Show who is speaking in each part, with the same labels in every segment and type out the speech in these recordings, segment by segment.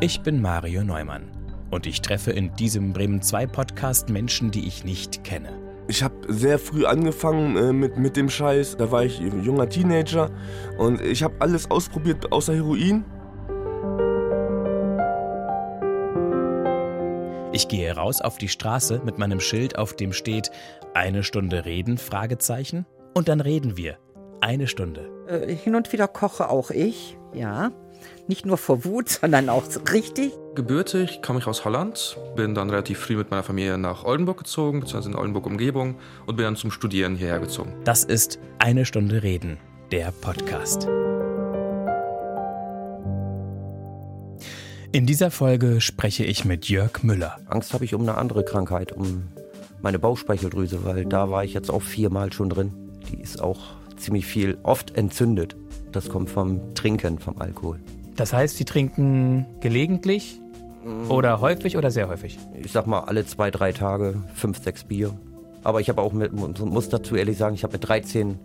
Speaker 1: Ich bin Mario Neumann und ich treffe in diesem Bremen 2 Podcast Menschen, die ich nicht kenne.
Speaker 2: Ich habe sehr früh angefangen äh, mit, mit dem Scheiß. Da war ich ein junger Teenager und ich habe alles ausprobiert außer Heroin.
Speaker 1: Ich gehe raus auf die Straße mit meinem Schild, auf dem steht eine Stunde reden Fragezeichen und dann reden wir eine Stunde.
Speaker 3: Äh, hin und wieder koche auch ich, ja. Nicht nur vor Wut, sondern auch so richtig.
Speaker 4: Gebürtig kam ich aus Holland, bin dann relativ früh mit meiner Familie nach Oldenburg gezogen, beziehungsweise in Oldenburg-Umgebung und bin dann zum Studieren hierher gezogen.
Speaker 1: Das ist eine Stunde reden, der Podcast. In dieser Folge spreche ich mit Jörg Müller.
Speaker 5: Angst habe ich um eine andere Krankheit, um meine Bauchspeicheldrüse, weil da war ich jetzt auch viermal schon drin. Die ist auch ziemlich viel, oft entzündet. Das kommt vom Trinken, vom Alkohol.
Speaker 6: Das heißt, sie trinken gelegentlich oder häufig oder sehr häufig.
Speaker 5: Ich sag mal alle zwei, drei Tage fünf, sechs Bier. Aber ich habe auch mit, muss dazu ehrlich sagen, ich habe mit 13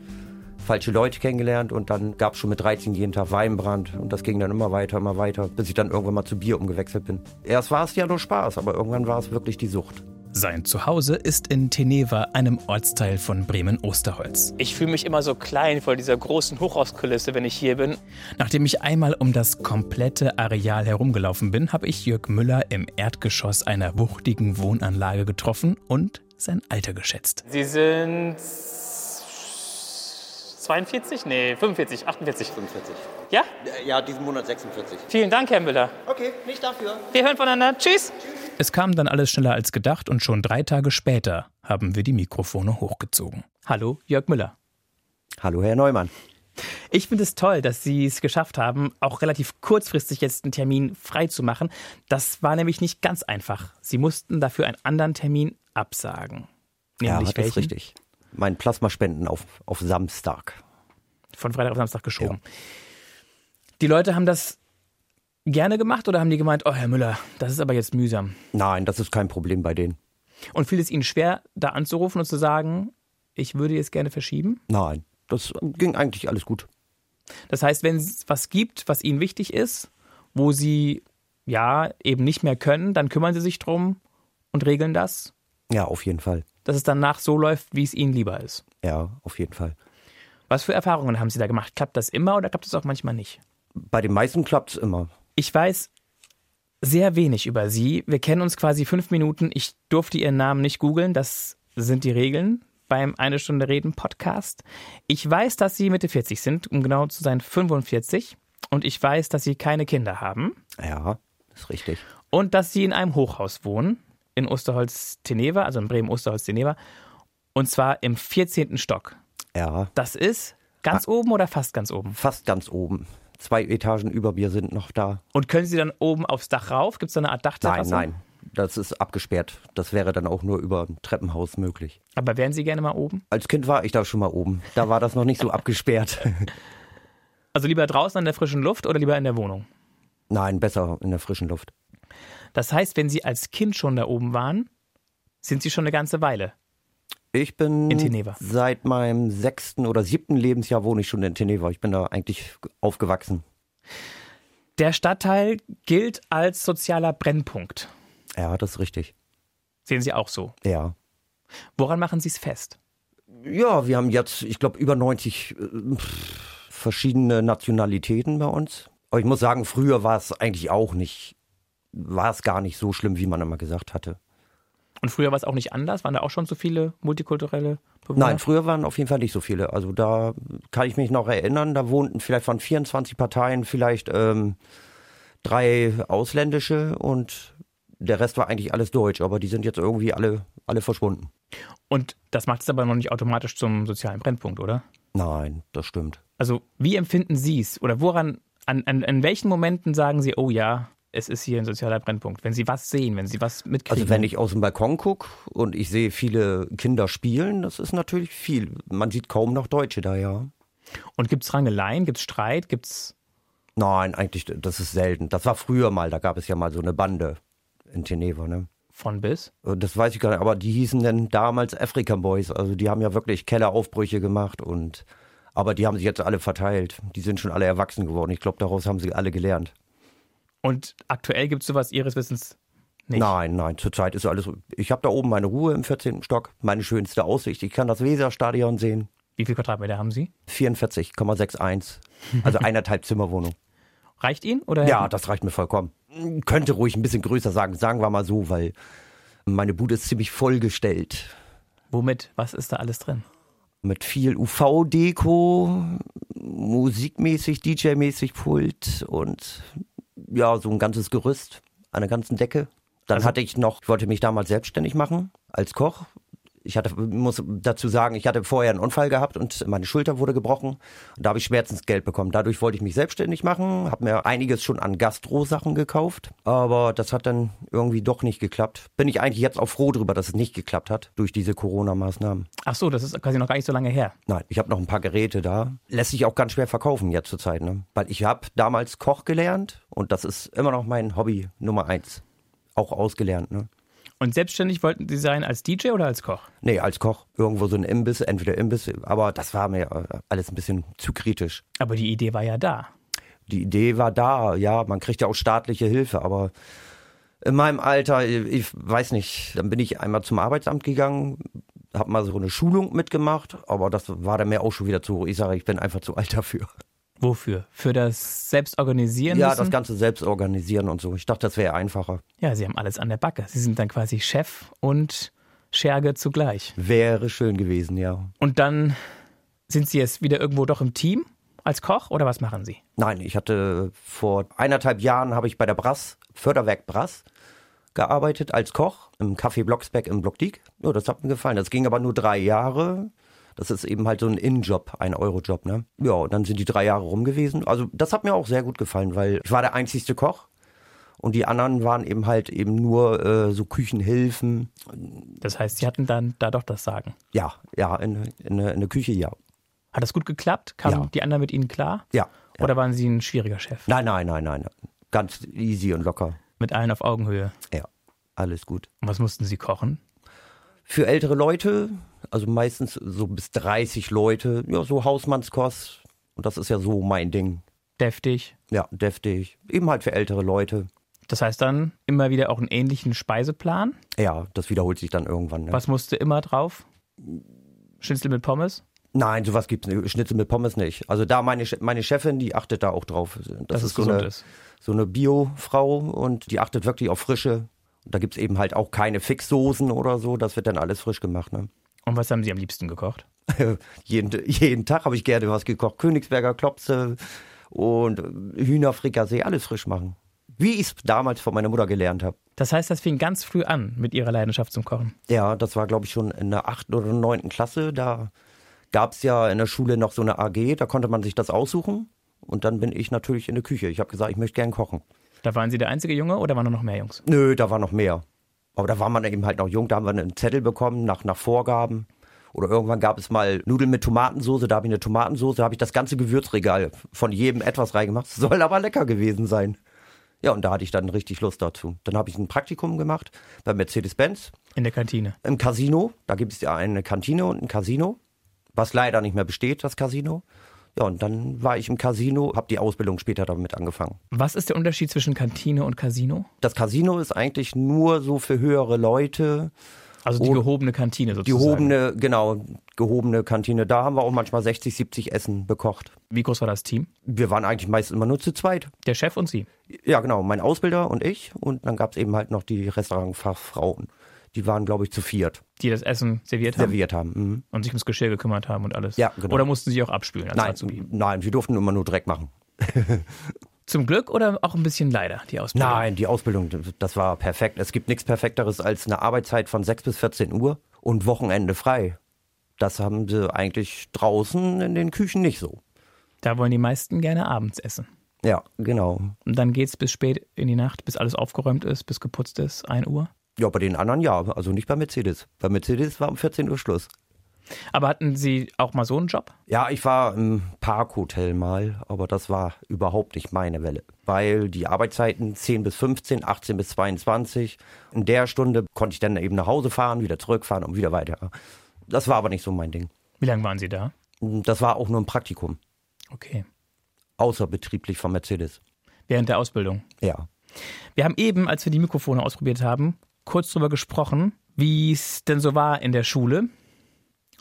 Speaker 5: falsche Leute kennengelernt und dann gab es schon mit 13 jeden Tag Weinbrand und das ging dann immer weiter, immer weiter, bis ich dann irgendwann mal zu Bier umgewechselt bin. Erst war es ja nur Spaß, aber irgendwann war es wirklich die Sucht.
Speaker 1: Sein Zuhause ist in Teneva, einem Ortsteil von Bremen-Osterholz.
Speaker 7: Ich fühle mich immer so klein vor dieser großen Hochhauskulisse, wenn ich hier bin.
Speaker 1: Nachdem ich einmal um das komplette Areal herumgelaufen bin, habe ich Jörg Müller im Erdgeschoss einer wuchtigen Wohnanlage getroffen und sein Alter geschätzt.
Speaker 7: Sie sind 42? Nee, 45, 48.
Speaker 8: 45.
Speaker 7: Ja?
Speaker 8: Ja, diesen Monat 46.
Speaker 7: Vielen Dank, Herr Müller.
Speaker 8: Okay, nicht dafür.
Speaker 7: Wir hören voneinander. Tschüss.
Speaker 1: Es kam dann alles schneller als gedacht und schon drei Tage später haben wir die Mikrofone hochgezogen.
Speaker 6: Hallo, Jörg Müller.
Speaker 5: Hallo, Herr Neumann.
Speaker 6: Ich finde es toll, dass Sie es geschafft haben, auch relativ kurzfristig jetzt einen Termin freizumachen. Das war nämlich nicht ganz einfach. Sie mussten dafür einen anderen Termin absagen. Nämlich
Speaker 5: ja, das
Speaker 6: welchen?
Speaker 5: ist richtig. Mein Plasmaspenden auf, auf Samstag.
Speaker 6: Von Freitag auf Samstag geschoben. Die Leute haben das gerne gemacht oder haben die gemeint, oh Herr Müller, das ist aber jetzt mühsam?
Speaker 5: Nein, das ist kein Problem bei denen.
Speaker 6: Und fiel es Ihnen schwer, da anzurufen und zu sagen, ich würde jetzt gerne verschieben?
Speaker 5: Nein, das ging eigentlich alles gut.
Speaker 6: Das heißt, wenn es was gibt, was Ihnen wichtig ist, wo Sie ja eben nicht mehr können, dann kümmern Sie sich drum und regeln das,
Speaker 5: Ja, auf jeden Fall.
Speaker 6: dass es danach so läuft, wie es Ihnen lieber ist.
Speaker 5: Ja, auf jeden Fall.
Speaker 6: Was für Erfahrungen haben Sie da gemacht? Klappt das immer oder klappt das auch manchmal nicht?
Speaker 5: Bei den meisten klappt es immer.
Speaker 6: Ich weiß sehr wenig über Sie. Wir kennen uns quasi fünf Minuten. Ich durfte Ihren Namen nicht googeln. Das sind die Regeln beim Eine Stunde Reden Podcast. Ich weiß, dass Sie Mitte 40 sind, um genau zu sein 45. Und ich weiß, dass Sie keine Kinder haben.
Speaker 5: Ja, ist richtig.
Speaker 6: Und dass sie in einem Hochhaus wohnen, in Osterholz-Teneva, also in Bremen-Osterholz-Teneva. Und zwar im 14. Stock.
Speaker 5: Ja,
Speaker 6: Das ist ganz
Speaker 5: Ah.
Speaker 6: oben oder fast ganz oben.
Speaker 5: fast ganz oben. Zwei Etagen über mir sind noch da.
Speaker 6: Und können sie dann oben aufs Dach rauf? Gibt es da eine Art
Speaker 5: Nein,
Speaker 6: Dachterrasse?
Speaker 5: nein, das ist abgesperrt. Das wäre dann auch nur über ein Treppenhaus möglich.
Speaker 6: Aber wären sie gerne mal oben?
Speaker 5: Als Kind war ich da schon mal oben. Da war das noch nicht so abgesperrt.
Speaker 6: Also lieber draußen an der frischen Luft oder lieber in der Wohnung?
Speaker 5: Nein, besser in der frischen Luft.
Speaker 6: Das heißt, wenn sie als Kind schon da oben waren, sind sie schon eine ganze Weile.
Speaker 5: Ich bin
Speaker 6: In Teneva.
Speaker 5: seit meinem sechsten oder siebten Lebensjahr wohne ich schon in Teneva. Ich bin da eigentlich aufgewachsen.
Speaker 6: Der Stadtteil gilt als sozialer Brennpunkt.
Speaker 5: Ja, das ist richtig.
Speaker 6: Sehen Sie auch so.
Speaker 5: Ja.
Speaker 6: Woran machen Sie es fest?
Speaker 5: Ja, wir haben jetzt, ich glaube, über 90 äh, pff, verschiedene Nationalitäten bei uns. Aber ich muss sagen, früher war es eigentlich auch nicht, war es gar nicht so schlimm, wie man immer gesagt hatte.
Speaker 6: Und früher war es auch nicht anders? Waren da auch schon so viele multikulturelle Bewohner?
Speaker 5: Nein, früher waren auf jeden Fall nicht so viele. Also da kann ich mich noch erinnern, da wohnten vielleicht von 24 Parteien vielleicht ähm, drei ausländische und der Rest war eigentlich alles deutsch, aber die sind jetzt irgendwie alle, alle verschwunden.
Speaker 6: Und das macht es aber noch nicht automatisch zum sozialen Brennpunkt, oder?
Speaker 5: Nein, das stimmt.
Speaker 6: Also, wie empfinden Sie es? Oder woran, an, an, an welchen Momenten sagen Sie, oh ja, es ist hier ein sozialer Brennpunkt? Wenn Sie was sehen, wenn Sie was mitkriegen.
Speaker 5: Also wenn ich aus dem Balkon gucke und ich sehe viele Kinder spielen, das ist natürlich viel. Man sieht kaum noch Deutsche da, ja.
Speaker 6: Und gibt es Rangeleien? Gibt es Streit? Gibt es.
Speaker 5: Nein, eigentlich, das ist selten. Das war früher mal, da gab es ja mal so eine Bande in Teneva, ne?
Speaker 6: Von bis.
Speaker 5: Und Äh, Das weiß ich gar nicht, aber die hießen dann damals African Boys. Also die haben ja wirklich Kelleraufbrüche gemacht und aber die haben sich jetzt alle verteilt. Die sind schon alle erwachsen geworden. Ich glaube, daraus haben sie alle gelernt.
Speaker 6: Und aktuell gibt es sowas Ihres Wissens nicht.
Speaker 5: Nein, nein, zurzeit ist alles. Ich habe da oben meine Ruhe im 14. Stock, meine schönste Aussicht. Ich kann das Weserstadion sehen.
Speaker 6: Wie viel Quadratmeter haben Sie?
Speaker 5: 44,61. Also eineinhalb Zimmerwohnung.
Speaker 6: Reicht Ihnen? Oder
Speaker 5: Ja, das reicht mir vollkommen. Könnte ruhig ein bisschen größer sagen, sagen wir mal so, weil meine Bude ist ziemlich vollgestellt.
Speaker 6: Womit? Was ist da alles drin?
Speaker 5: Mit viel UV-Deko, musikmäßig, DJ-mäßig Pult und ja, so ein ganzes Gerüst an der ganzen Decke. Dann hatte ich noch, ich wollte mich damals selbstständig machen als Koch. Ich hatte, muss dazu sagen, ich hatte vorher einen Unfall gehabt und meine Schulter wurde gebrochen. Und da habe ich Schmerzensgeld bekommen. Dadurch wollte ich mich selbstständig machen, habe mir einiges schon an Gastro-Sachen gekauft. Aber das hat dann irgendwie doch nicht geklappt. Bin ich eigentlich jetzt auch froh drüber, dass es nicht geklappt hat durch diese Corona-Maßnahmen.
Speaker 6: Ach so, das ist quasi noch gar nicht so lange her.
Speaker 5: Nein, ich habe noch ein paar Geräte da. Lässt sich auch ganz schwer verkaufen jetzt zur Zeit, ne? Weil ich habe damals Koch gelernt und das ist immer noch mein Hobby Nummer eins. Auch ausgelernt, ne?
Speaker 6: Und selbstständig wollten Sie sein als DJ oder als Koch?
Speaker 5: Nee, als Koch. Irgendwo so ein Imbiss, entweder Imbiss, aber das war mir äh, alles ein bisschen zu kritisch.
Speaker 6: Aber die Idee war ja da.
Speaker 5: Die Idee war da, ja, man kriegt ja auch staatliche Hilfe, aber in meinem Alter, ich- ich weiß nicht, dann bin ich einmal zum Arbeitsamt gegangen, habe mal so eine Schulung mitgemacht, aber das war dann mir auch schon wieder zu, hoch. ich sage, ich bin einfach zu alt dafür.
Speaker 6: Wofür? Für das Selbstorganisieren?
Speaker 5: Ja,
Speaker 6: müssen?
Speaker 5: das Ganze selbst organisieren und so. Ich dachte, das wäre einfacher.
Speaker 6: Ja, Sie haben alles an der Backe. Sie sind dann quasi Chef und Scherge zugleich.
Speaker 5: Wäre schön gewesen, ja.
Speaker 6: Und dann sind Sie jetzt wieder irgendwo doch im Team als Koch oder was machen Sie?
Speaker 5: Nein, ich hatte vor eineinhalb Jahren habe ich bei der Brass, Förderwerk Brass, gearbeitet als Koch im Café Blocksberg im Blockdiek. Ja, das hat mir gefallen. Das ging aber nur drei Jahre. Das ist eben halt so ein In-Job, ein Euro-Job, ne? Ja, und dann sind die drei Jahre rum gewesen. Also das hat mir auch sehr gut gefallen, weil ich war der einzigste Koch und die anderen waren eben halt eben nur äh, so Küchenhilfen.
Speaker 6: Das heißt, Sie hatten dann da doch das Sagen.
Speaker 5: Ja, ja, in, in, in der Küche, ja.
Speaker 6: Hat das gut geklappt? Kamen
Speaker 5: Ja.
Speaker 6: die anderen mit Ihnen klar?
Speaker 5: Ja. ja.
Speaker 6: Oder waren Sie ein schwieriger Chef?
Speaker 5: Nein, nein, nein, nein. Ganz easy und locker.
Speaker 6: Mit allen auf Augenhöhe.
Speaker 5: Ja, alles gut.
Speaker 6: Und was mussten Sie kochen?
Speaker 5: Für ältere Leute, also meistens so bis 30 Leute, ja, so Hausmannskost. Und das ist ja so mein Ding.
Speaker 6: Deftig.
Speaker 5: Ja, deftig. Eben halt für ältere Leute.
Speaker 6: Das heißt dann immer wieder auch einen ähnlichen Speiseplan.
Speaker 5: Ja, das wiederholt sich dann irgendwann. Ne?
Speaker 6: Was musste immer drauf? Schnitzel mit Pommes?
Speaker 5: Nein, sowas gibt's nicht. Schnitzel mit Pommes nicht. Also da meine, Che- meine Chefin, die achtet da auch drauf. Das
Speaker 6: Dass es
Speaker 5: so
Speaker 6: gesund
Speaker 5: eine,
Speaker 6: ist.
Speaker 5: so eine Bio-Frau und die achtet wirklich auf Frische. Und Da gibt's eben halt auch keine Fixsoßen oder so. Das wird dann alles frisch gemacht. Ne?
Speaker 6: Und was haben Sie am liebsten gekocht?
Speaker 5: jeden, jeden Tag habe ich gerne was gekocht. Königsberger Klopse und Hühnerfrikassee, alles frisch machen. Wie ich es damals von meiner Mutter gelernt habe.
Speaker 6: Das heißt, das fing ganz früh an mit Ihrer Leidenschaft zum Kochen.
Speaker 5: Ja, das war, glaube ich, schon in der achten oder neunten Klasse. Da gab es ja in der Schule noch so eine AG, da konnte man sich das aussuchen. Und dann bin ich natürlich in der Küche. Ich habe gesagt, ich möchte gern kochen.
Speaker 6: Da waren Sie der einzige Junge oder waren da noch mehr Jungs?
Speaker 5: Nö, da war noch mehr. Aber da war man eben halt noch jung, da haben wir einen Zettel bekommen nach, nach Vorgaben. Oder irgendwann gab es mal Nudeln mit Tomatensoße, da habe ich eine Tomatensoße, da habe ich das ganze Gewürzregal von jedem etwas reingemacht. Soll aber lecker gewesen sein. Ja, und da hatte ich dann richtig Lust dazu. Dann habe ich ein Praktikum gemacht bei Mercedes-Benz
Speaker 6: In der Kantine.
Speaker 5: im Casino. Da gibt es ja eine Kantine und ein Casino, was leider nicht mehr besteht, das Casino. Ja, und dann war ich im Casino, habe die Ausbildung später damit angefangen.
Speaker 6: Was ist der Unterschied zwischen Kantine und Casino?
Speaker 5: Das Casino ist eigentlich nur so für höhere Leute,
Speaker 6: Also die
Speaker 5: Oh,
Speaker 6: gehobene Kantine
Speaker 5: Die
Speaker 6: sozusagen.
Speaker 5: gehobene, genau, gehobene Kantine. Da haben wir auch manchmal 60, 70 Essen bekocht.
Speaker 6: Wie groß war das Team?
Speaker 5: Wir waren eigentlich meist immer nur zu zweit.
Speaker 6: Der Chef und Sie.
Speaker 5: Ja, genau, mein Ausbilder und ich. Und dann gab es eben halt noch die Restaurantfachfrauen. Die waren, glaube ich, zu viert,
Speaker 6: Die das Essen serviert haben
Speaker 5: serviert haben. Mhm.
Speaker 6: und sich ums Geschirr gekümmert haben und alles.
Speaker 5: Ja, genau.
Speaker 6: Oder mussten Sie auch abspülen als
Speaker 5: Nein,
Speaker 6: Azubi?
Speaker 5: nein, wir durften immer nur Dreck machen.
Speaker 6: Zum Glück oder auch ein bisschen leider, die Ausbildung?
Speaker 5: Nein, die Ausbildung, das war perfekt. Es gibt nichts Perfekteres als eine Arbeitszeit von 6 bis 14 Uhr und Wochenende frei. Das haben sie eigentlich draußen in den Küchen nicht so.
Speaker 6: Da wollen die meisten gerne abends essen.
Speaker 5: Ja, genau.
Speaker 6: Und dann geht's bis spät in die Nacht, bis alles aufgeräumt ist, bis geputzt ist, 1 Uhr.
Speaker 5: Ja, bei den anderen ja, also nicht bei Mercedes. Bei Mercedes war um 14 Uhr Schluss.
Speaker 6: Aber hatten Sie auch mal so einen Job?
Speaker 5: Ja, ich war im Parkhotel mal, aber das war überhaupt nicht meine Welle. Weil die Arbeitszeiten 10 bis 15, 18 bis 22, in der Stunde konnte ich dann eben nach Hause fahren, wieder zurückfahren und wieder weiter. Das war aber nicht so mein Ding.
Speaker 6: Wie lange waren Sie da?
Speaker 5: Das war auch nur ein Praktikum,
Speaker 6: Okay.
Speaker 5: außerbetrieblich von Mercedes.
Speaker 6: Während der Ausbildung.
Speaker 5: Ja.
Speaker 6: Wir haben eben, als wir die Mikrofone ausprobiert haben, kurz drüber gesprochen, wie es denn so war in der Schule,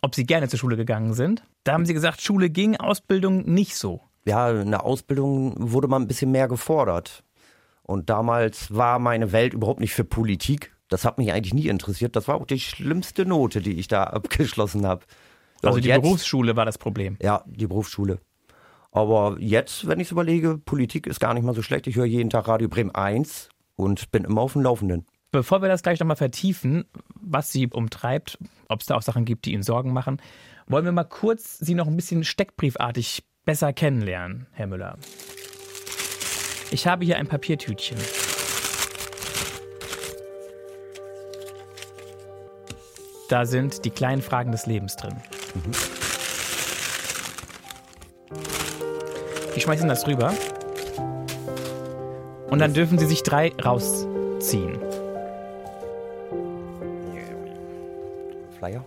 Speaker 6: ob sie gerne zur Schule gegangen sind. Da haben sie gesagt, Schule ging, Ausbildung nicht so.
Speaker 5: ja, in der Ausbildung wurde man ein bisschen mehr gefordert. Und damals war meine Welt überhaupt nicht für Politik. Das hat mich eigentlich nie interessiert. Das war auch die schlimmste Note, die ich da abgeschlossen habe. So,
Speaker 6: Also
Speaker 5: und
Speaker 6: die
Speaker 5: jetzt-
Speaker 6: Berufsschule war das Problem.
Speaker 5: Ja, die Berufsschule. Aber jetzt, wenn ich es überlege, Politik ist gar nicht mal so schlecht. Ich höre jeden Tag Radio Bremen 1 und bin immer auf dem Laufenden.
Speaker 6: Bevor wir das gleich nochmal vertiefen, was sie umtreibt, ob es da auch Sachen gibt, die ihnen Sorgen machen, wollen wir mal kurz sie noch ein bisschen steckbriefartig besser kennenlernen, Herr Müller. Ich habe hier ein Papiertütchen. Da sind die kleinen Fragen des Lebens drin. Mhm. Ich schmeiße Ihnen das rüber. Und dann dürfen Sie sich drei rausziehen.
Speaker 5: Flyer?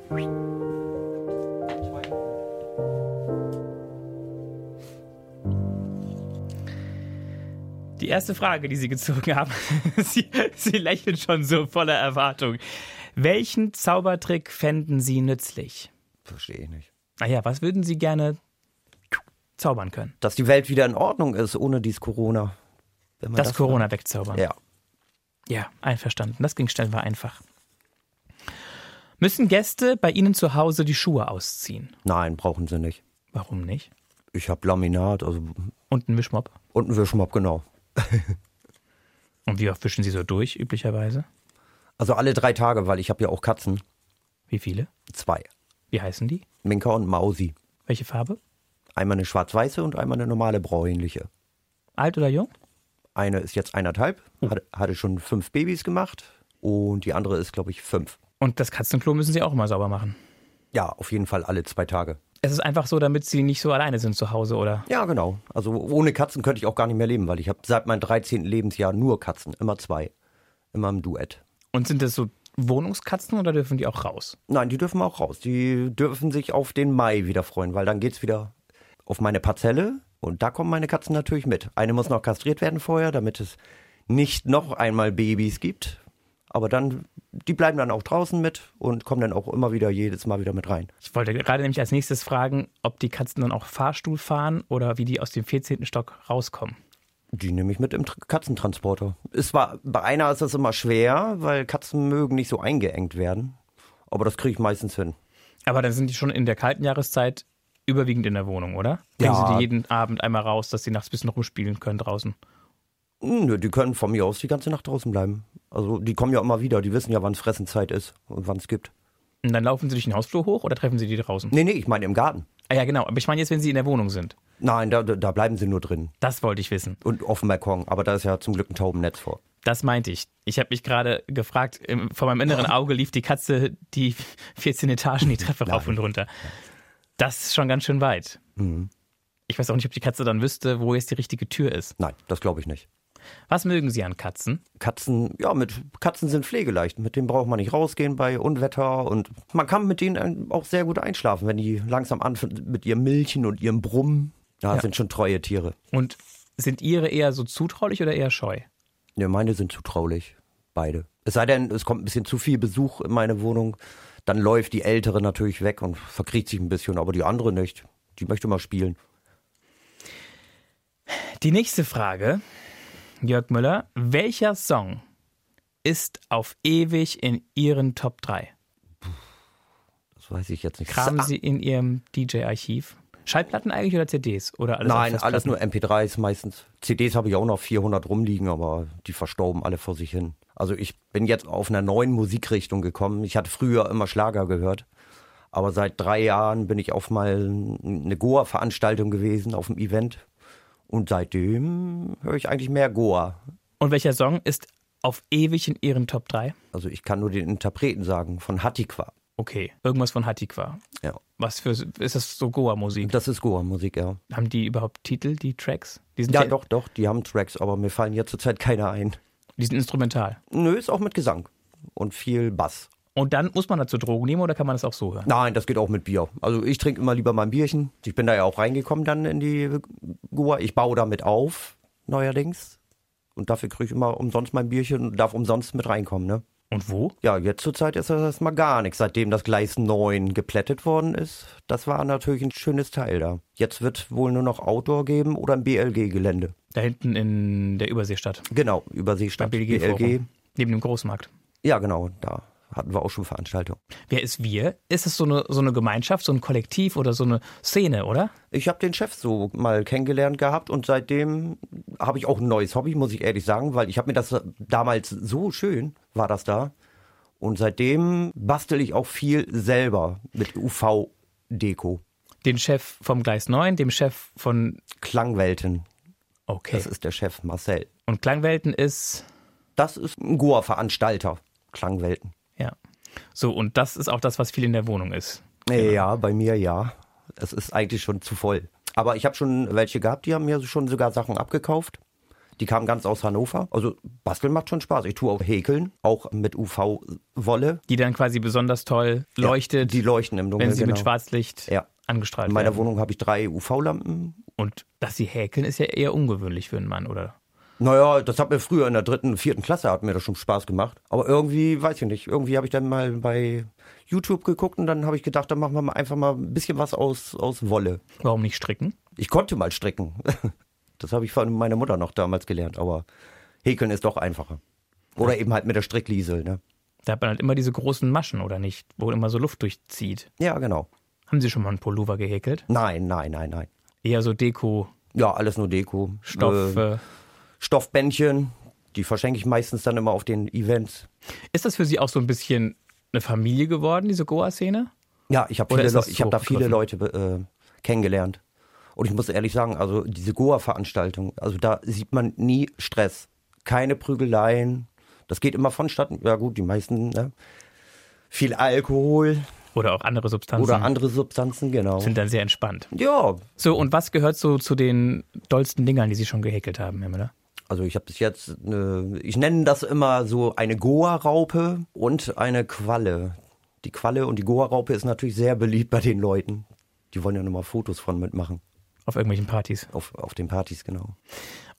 Speaker 6: Die erste Frage, die Sie gezogen haben, Sie, Sie lächeln schon so voller Erwartung. Welchen Zaubertrick fänden Sie nützlich?
Speaker 5: Verstehe ich nicht.
Speaker 6: Naja, was würden Sie gerne zaubern können?
Speaker 5: Dass die Welt wieder in Ordnung ist, ohne dies Corona. Wenn man
Speaker 6: Das, Corona wegzaubern.
Speaker 5: Ja.
Speaker 6: Ja, einverstanden. Das ging schnell, war einfach. Müssen Gäste bei Ihnen zu Hause die Schuhe ausziehen?
Speaker 5: Nein, brauchen sie nicht.
Speaker 6: Warum nicht?
Speaker 5: Ich habe Laminat also,
Speaker 6: Und einen Wischmopp?
Speaker 5: und einen Wischmopp, genau.
Speaker 6: Und wie oft wischen Sie so durch, üblicherweise?
Speaker 5: Also alle drei Tage, weil ich habe ja auch Katzen.
Speaker 6: Wie viele?
Speaker 5: Zwei.
Speaker 6: Wie heißen die?
Speaker 5: Minka und Mausi.
Speaker 6: Welche Farbe?
Speaker 5: Einmal eine schwarz-weiße und einmal eine normale bräunliche.
Speaker 6: Alt oder jung?
Speaker 5: Eine ist jetzt eineinhalb, hat, hatte schon fünf Babys gemacht und die andere ist, glaube ich, fünf.
Speaker 6: Und das Katzenklo müssen Sie auch immer sauber machen.
Speaker 5: Ja, auf jeden Fall alle zwei Tage.
Speaker 6: Es ist einfach so, damit sie nicht so alleine sind zu Hause, oder?
Speaker 5: Ja, genau. Also ohne Katzen könnte ich auch gar nicht mehr leben, weil ich habe seit meinem 13. Lebensjahr nur Katzen. Immer zwei. Immer im Duett.
Speaker 6: Und sind das so Wohnungskatzen oder dürfen die auch raus?
Speaker 5: Nein, die dürfen auch raus. Die dürfen sich auf den Mai wieder freuen, weil dann geht's wieder auf meine Parzelle und da kommen meine Katzen natürlich mit. Eine muss noch kastriert werden vorher, damit es nicht noch einmal Babys gibt. Aber dann, die bleiben dann auch draußen mit und kommen dann auch immer wieder jedes Mal wieder mit rein.
Speaker 6: Ich wollte gerade nämlich als nächstes fragen, ob die Katzen dann auch Fahrstuhl fahren oder wie die aus dem 14. Stock rauskommen.
Speaker 5: Die nehme ich mit im Tr- Katzentransporter. Es war, bei einer ist das immer schwer, weil Katzen mögen nicht so eingeengt werden. Aber das kriege ich meistens hin.
Speaker 6: Aber dann sind die schon in der kalten Jahreszeit überwiegend in der Wohnung, oder? Bringen
Speaker 5: Ja.
Speaker 6: sie die jeden Abend einmal raus, dass sie nachts ein bisschen rumspielen können draußen.
Speaker 5: Hm, Nö, die können von mir aus die ganze Nacht draußen bleiben. Also die kommen ja immer wieder, die wissen ja, wann Fressenzeit ist und wann es gibt.
Speaker 6: Und dann laufen sie durch den Hausflur hoch oder treffen sie die draußen?
Speaker 5: Nee, nee, ich meine im Garten.
Speaker 6: Ah ja, genau. Aber ich meine jetzt, wenn sie in der Wohnung sind.
Speaker 5: Nein, da, da- da bleiben sie nur drin
Speaker 6: Das wollte ich wissen.
Speaker 5: und auf dem Balkon. Aber da ist ja zum Glück ein Taubennetz vor.
Speaker 6: Das meinte ich. Ich habe mich gerade gefragt, im- vor meinem inneren Auge lief die Katze die 14 Etagen die Treppe rauf und runter. Das ist schon ganz schön weit. Ich weiß auch nicht, ob die Katze dann wüsste, wo jetzt die richtige Tür ist.
Speaker 5: Nein, das glaube ich nicht.
Speaker 6: Was mögen Sie an Katzen?
Speaker 5: Katzen, ja, mit Katzen sind pflegeleicht. Mit denen braucht man nicht rausgehen bei Unwetter und man kann mit denen ein- auch sehr gut einschlafen, wenn die langsam anfangen mit ihrem Milchen und ihrem Brummen. Ja, das sind schon treue Tiere.
Speaker 6: Und sind Ihre eher so zutraulich oder eher scheu?
Speaker 5: Ja, meine sind zutraulich. Beide. Es sei denn, es kommt ein bisschen zu viel Besuch in meine Wohnung. Dann läuft die Ältere natürlich weg und verkriecht sich ein bisschen, aber die andere nicht. Die möchte mal spielen.
Speaker 6: Die nächste Frage, Jörg Müller. Welcher Song ist auf ewig in Ihren Top 3?
Speaker 5: Das weiß ich jetzt nicht.
Speaker 6: Graben
Speaker 5: Sa-
Speaker 6: Sie in Ihrem DJ-Archiv? Schallplatten eigentlich oder CDs? Oder alles auf
Speaker 5: Nein, alles
Speaker 6: Festplatten?
Speaker 5: nur MP3s meistens. CDs habe ich auch noch 400 rumliegen, aber die verstauben alle vor sich hin. Also ich bin jetzt auf einer neuen Musikrichtung gekommen. Ich hatte früher immer Schlager gehört. Aber seit drei Jahren bin ich auf mal eine Goa-Veranstaltung gewesen, auf einem Event. Und seitdem höre ich eigentlich mehr Goa.
Speaker 6: Und welcher Song ist auf ewig in Ihren Top 3?
Speaker 5: Also ich kann nur den Interpreten sagen, von Hatikwa.
Speaker 6: Okay, irgendwas von Hatikwa.
Speaker 5: Ja.
Speaker 6: Was für, ist das so Goa-Musik?
Speaker 5: Das ist Goa-Musik, ja.
Speaker 6: Haben die überhaupt Titel, die Tracks? Die sind
Speaker 5: Ja, doch, doch, die haben Tracks, aber mir fallen jetzt zurzeit keine ein.
Speaker 6: Die sind instrumental.
Speaker 5: Nö, ist auch mit Gesang und viel Bass.
Speaker 6: Und dann muss man dazu Drogen nehmen oder kann man das auch so hören?
Speaker 5: Nein, das geht auch mit Bier. Also ich trinke immer lieber mein Bierchen. Ich bin da ja auch reingekommen dann in die Goa. Ich baue damit auf. neuerdings. Und dafür kriege ich immer umsonst mein Bierchen und darf umsonst mit reinkommen, ne?
Speaker 1: Und wo?
Speaker 5: Ja, jetzt zurzeit ist das erstmal gar nichts, seitdem das Gleis 9 geplättet worden ist. Das war natürlich ein schönes Teil da. Jetzt wird wohl nur noch Outdoor geben oder ein BLG-Gelände.
Speaker 6: Da hinten in der Überseestadt,
Speaker 5: Genau, Überseestadt,
Speaker 6: beim BLG.
Speaker 5: BLG.
Speaker 6: -Forum, Neben dem Großmarkt.
Speaker 5: Ja, genau, da hatten wir auch schon Veranstaltungen.
Speaker 6: Wer ist wir? Ist es so eine, so eine Gemeinschaft, so ein Kollektiv oder so eine Szene, oder?
Speaker 5: Ich habe den Chef so mal kennengelernt gehabt und seitdem habe ich auch ein neues Hobby, muss ich ehrlich sagen, weil ich habe mir das damals so schön war das da und seitdem bastel ich auch viel selber mit UV-Deko,
Speaker 6: Den Chef vom Gleis 9, dem Chef von.
Speaker 5: Klangwelten.
Speaker 6: Okay.
Speaker 5: Das ist der Chef Marcel.
Speaker 6: Und Klangwelten ist.
Speaker 5: Das ist ein goa Veranstalter Klangwelten.
Speaker 6: Ja. So, und das ist auch das, was viel in der Wohnung ist.
Speaker 5: Ja, bei mir ja. Es ist eigentlich schon zu voll. Aber ich habe schon welche gehabt, die haben mir schon sogar Sachen abgekauft. Die kamen ganz aus Hannover. Also Basteln macht schon Spaß. Ich tue auch Häkeln, auch mit UV-Wolle.
Speaker 6: Die dann quasi besonders toll leuchtet,
Speaker 5: Die leuchten im Dunkeln.
Speaker 6: wenn sie mit
Speaker 5: genau.
Speaker 6: Schwarzlicht
Speaker 5: Ja.
Speaker 6: angestrahlt
Speaker 5: In meiner
Speaker 6: werden.
Speaker 5: Wohnung habe ich drei UV-Lampen.
Speaker 6: Und dass sie häkeln, ist ja eher ungewöhnlich für einen Mann, oder?
Speaker 5: Naja, das hat mir früher in der dritten, vierten Klasse hat mir das schon Spaß gemacht. Aber irgendwie, weiß ich nicht, irgendwie habe ich dann mal bei YouTube geguckt und dann habe ich gedacht, dann machen wir mal einfach mal ein bisschen was aus, aus Wolle.
Speaker 6: Warum nicht stricken?
Speaker 5: Ich konnte mal stricken. Das habe ich von meiner Mutter noch damals gelernt, aber häkeln ist doch einfacher. Oder eben halt mit der Strickliesel, ne?
Speaker 6: Da hat man halt immer diese großen Maschen, oder nicht? Wo immer so Luft durchzieht.
Speaker 5: Ja, genau.
Speaker 6: Haben Sie schon mal einen Pullover gehäkelt?
Speaker 5: Nein, nein, nein, nein.
Speaker 6: Eher so Deko,
Speaker 5: Ja, alles nur Deko.
Speaker 6: Stoff.
Speaker 5: Äh,
Speaker 6: Äh,
Speaker 5: Stoffbändchen, die verschenke ich meistens dann immer auf den Events.
Speaker 6: ist das für Sie auch so ein bisschen eine Familie geworden, diese Goa-Szene?
Speaker 5: Ja, ich habe
Speaker 6: Oder
Speaker 5: viele
Speaker 6: ist das
Speaker 5: Leu- ich hab da viele Leute äh, kennengelernt. Und ich muss ehrlich sagen, also diese Goa-Veranstaltung, also da sieht man nie Stress. Keine Prügeleien. Das geht immer vonstatten. Ja gut, die meisten, ne? Viel Alkohol
Speaker 6: Oder auch andere Substanzen?
Speaker 5: oder andere Substanzen, genau.
Speaker 6: sind dann sehr entspannt.
Speaker 5: Ja,
Speaker 6: So, und was gehört so zu den dollsten Dingern, die Sie schon gehäkelt haben, Herr Müller?
Speaker 5: also ich habe bis jetzt, eine, ich nenne das immer so eine Goa-Raupe und eine Qualle. Die Qualle und die Goa-Raupe ist natürlich sehr beliebt bei den Leuten. Die wollen ja nochmal Fotos von mitmachen.
Speaker 6: Auf irgendwelchen Partys.
Speaker 5: Auf, auf den Partys, genau.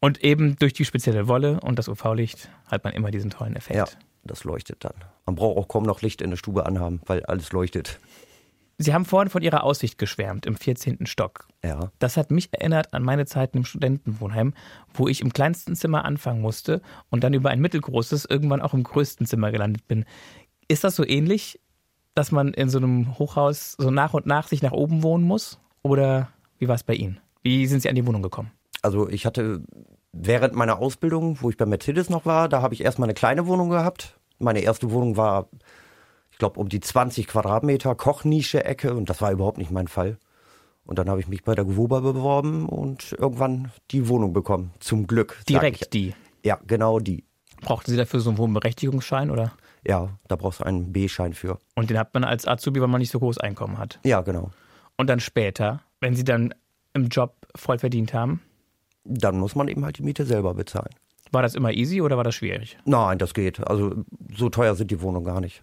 Speaker 6: Und eben durch die spezielle Wolle und das UV-Licht hat man immer diesen tollen Effekt.
Speaker 5: Ja, das leuchtet dann. Man braucht auch kaum noch Licht in der Stube anhaben, weil alles leuchtet.
Speaker 6: Sie haben vorhin von Ihrer Aussicht geschwärmt im 14. Stock.
Speaker 5: Ja.
Speaker 6: Das hat mich erinnert an meine Zeiten im Studentenwohnheim, wo ich im kleinsten Zimmer anfangen musste und dann über ein mittelgroßes irgendwann auch im größten Zimmer gelandet bin. Ist das so ähnlich, dass man in so einem Hochhaus so nach und nach sich nach oben wohnen muss? Oder wie war es bei Ihnen? Wie sind Sie an die Wohnung gekommen?
Speaker 5: Also ich hatte während meiner Ausbildung, wo ich bei Mercedes noch war, da habe ich erstmal eine kleine Wohnung gehabt. Meine erste Wohnung war, ich glaube, um die 20 Quadratmeter, Kochnische, Ecke und das war überhaupt nicht mein Fall. Und dann habe ich mich bei der Gewoba beworben und irgendwann die Wohnung bekommen. Zum Glück. sag ich.
Speaker 6: Direkt die.
Speaker 5: Ja, genau die.
Speaker 6: Brauchten Sie dafür so einen Wohnberechtigungsschein oder?
Speaker 5: Ja, da brauchst du einen B-Schein für.
Speaker 6: Und den hat man als Azubi, weil man nicht so großes Einkommen hat.
Speaker 5: Ja, genau.
Speaker 6: Und dann später, wenn Sie dann im Job voll verdient haben,
Speaker 5: Dann muss man eben halt die Miete selber bezahlen.
Speaker 6: war das immer easy oder war das schwierig?
Speaker 5: Nein, das geht. Also so teuer sind die Wohnungen gar nicht.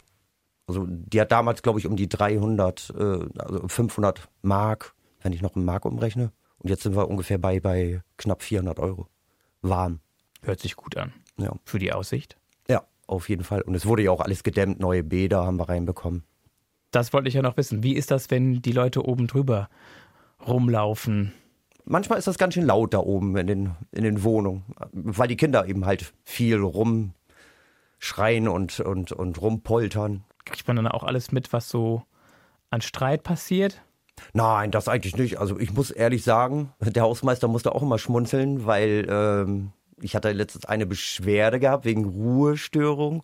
Speaker 5: Also die hat damals, glaube ich, um die 300, äh, also 500 Mark, wenn ich noch einen Mark umrechne. Und jetzt sind wir ungefähr bei, bei knapp 400 Euro. Warm.
Speaker 6: Hört sich gut an.
Speaker 5: Ja.
Speaker 6: Für die Aussicht.
Speaker 5: Ja, auf jeden Fall. Und es wurde ja auch alles gedämmt. Neue Bäder haben wir reinbekommen.
Speaker 6: Das wollte ich ja noch wissen. Wie ist das, wenn die Leute oben drüber rumlaufen?
Speaker 5: Manchmal ist das ganz schön laut da oben in den, in den Wohnungen, weil die Kinder eben halt viel rumschreien und, und, und rumpoltern.
Speaker 6: Kriegt man dann auch alles mit, was so an Streit passiert?
Speaker 5: Nein, das eigentlich nicht. Also ich muss ehrlich sagen, der Hausmeister musste auch immer schmunzeln, weil ähm, ich hatte letztens eine Beschwerde gehabt wegen Ruhestörung.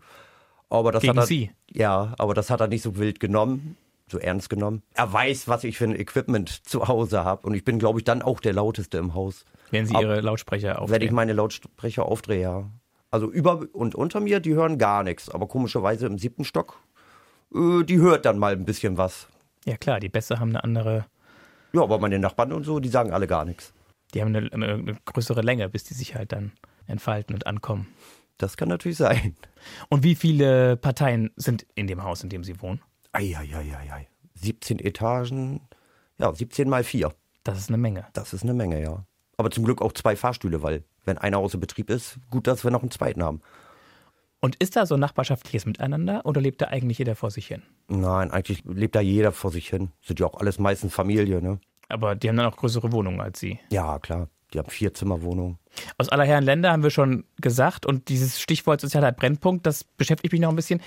Speaker 5: Aber das
Speaker 6: Gegen
Speaker 5: hat er,
Speaker 6: Sie?
Speaker 5: Ja, aber das hat er nicht so wild genommen, so ernst genommen. Er weiß, was ich für ein Equipment zu Hause habe. Und ich bin, glaube ich, dann auch der Lauteste im Haus.
Speaker 6: Wenn sie
Speaker 5: Ab-
Speaker 6: ihre Lautsprecher
Speaker 5: Wenn ich
Speaker 6: aufdrehen.
Speaker 5: meine Lautsprecher aufdrehe, ja. Also über und unter mir, die hören gar nichts. Aber komischerweise im siebten Stock, äh, die hört dann mal ein bisschen was.
Speaker 6: Ja klar, die Bässe haben eine andere,
Speaker 5: Ja, aber meine Nachbarn und so, die sagen alle gar nichts.
Speaker 6: die haben eine, eine, eine größere Länge, bis die sich halt dann entfalten und ankommen.
Speaker 5: Das kann natürlich sein.
Speaker 6: Und wie viele Parteien sind in dem Haus, in dem sie wohnen?
Speaker 5: Eieieiei. 17 Etagen, ja, 17 mal 4.
Speaker 6: Das ist eine Menge.
Speaker 5: Das ist eine Menge, ja. Aber zum Glück auch zwei Fahrstühle, weil wenn einer außer Betrieb ist, gut, dass wir noch einen zweiten haben.
Speaker 6: Und ist da so ein nachbarschaftliches Miteinander oder lebt da eigentlich jeder vor sich hin?
Speaker 5: Nein, eigentlich lebt da jeder vor sich hin. Sind ja auch alles meistens Familie, ne?
Speaker 6: Aber die haben dann auch größere Wohnungen als sie.
Speaker 5: Ja, klar. Die haben vier Zimmerwohnungen.
Speaker 6: Aus aller Herren Länder haben wir schon gesagt und dieses Stichwort sozialer Brennpunkt, das beschäftigt mich noch ein bisschen.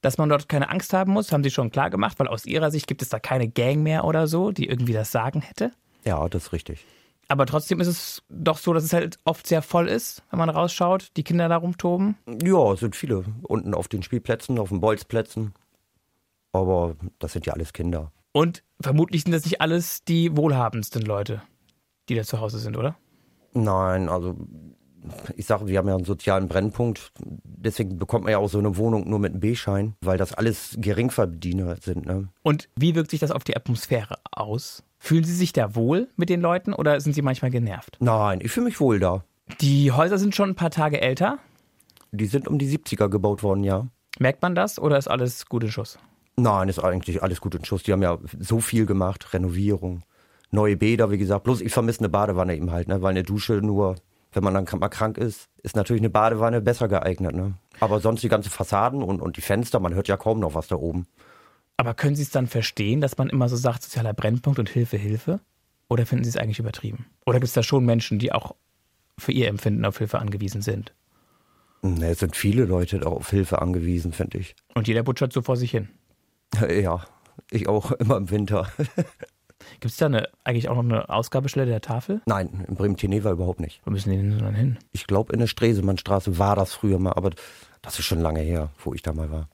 Speaker 6: Dass man dort keine Angst haben muss, haben sie schon klar gemacht, weil aus ihrer Sicht gibt es da keine Gang mehr oder so, die irgendwie das Sagen hätte.
Speaker 5: Ja, das ist richtig.
Speaker 6: Aber trotzdem ist es doch so, dass es halt oft sehr voll ist, wenn man rausschaut, die Kinder da rumtoben.
Speaker 5: Ja, es sind viele. Unten auf den Spielplätzen, auf den Bolzplätzen. Aber das sind ja alles Kinder.
Speaker 6: Und vermutlich sind das nicht alles die wohlhabendsten Leute, die da zu Hause sind, oder?
Speaker 5: Nein, also ich sage, wir haben ja einen sozialen Brennpunkt. Deswegen bekommt man ja auch so eine Wohnung nur mit einem B-Schein, weil das alles Geringverdiener sind. Ne?
Speaker 6: Und wie wirkt sich das auf die Atmosphäre aus? Fühlen Sie sich da wohl mit den Leuten oder sind Sie manchmal genervt?
Speaker 5: Nein, ich fühle mich wohl da.
Speaker 6: Die Häuser sind schon ein paar Tage älter.
Speaker 5: Die sind um die 70er gebaut worden, ja.
Speaker 6: Merkt man das oder ist alles gut in Schuss?
Speaker 5: Nein, ist eigentlich alles gut in Schuss. Die haben ja so viel gemacht, Renovierung, neue Bäder, wie gesagt. Bloß ich vermisse eine Badewanne eben halt, ne? weil eine Dusche nur, wenn man dann krank- mal krank ist, ist natürlich eine Badewanne besser geeignet. Ne? Aber sonst die ganzen Fassaden und, und die Fenster, man hört ja kaum noch was da oben.
Speaker 6: Aber können Sie es dann verstehen, dass man immer so sagt, sozialer Brennpunkt und Hilfe, Hilfe? Oder finden Sie es eigentlich übertrieben? Oder gibt es da schon Menschen, die auch für ihr Empfinden auf Hilfe angewiesen sind?
Speaker 5: Ne, es sind viele Leute da auf Hilfe angewiesen, finde ich.
Speaker 6: Und jeder butschert so vor sich hin.
Speaker 5: Ja, ich auch, immer im Winter.
Speaker 6: Gibt es da eine, eigentlich auch noch eine Ausgabestelle der Tafel?
Speaker 5: Nein, in Bremen-Teneva überhaupt nicht.
Speaker 6: Wo müssen die denn dann hin?
Speaker 5: Ich glaube, in der Stresemannstraße war das früher mal, aber das ist schon lange her, wo ich da mal war.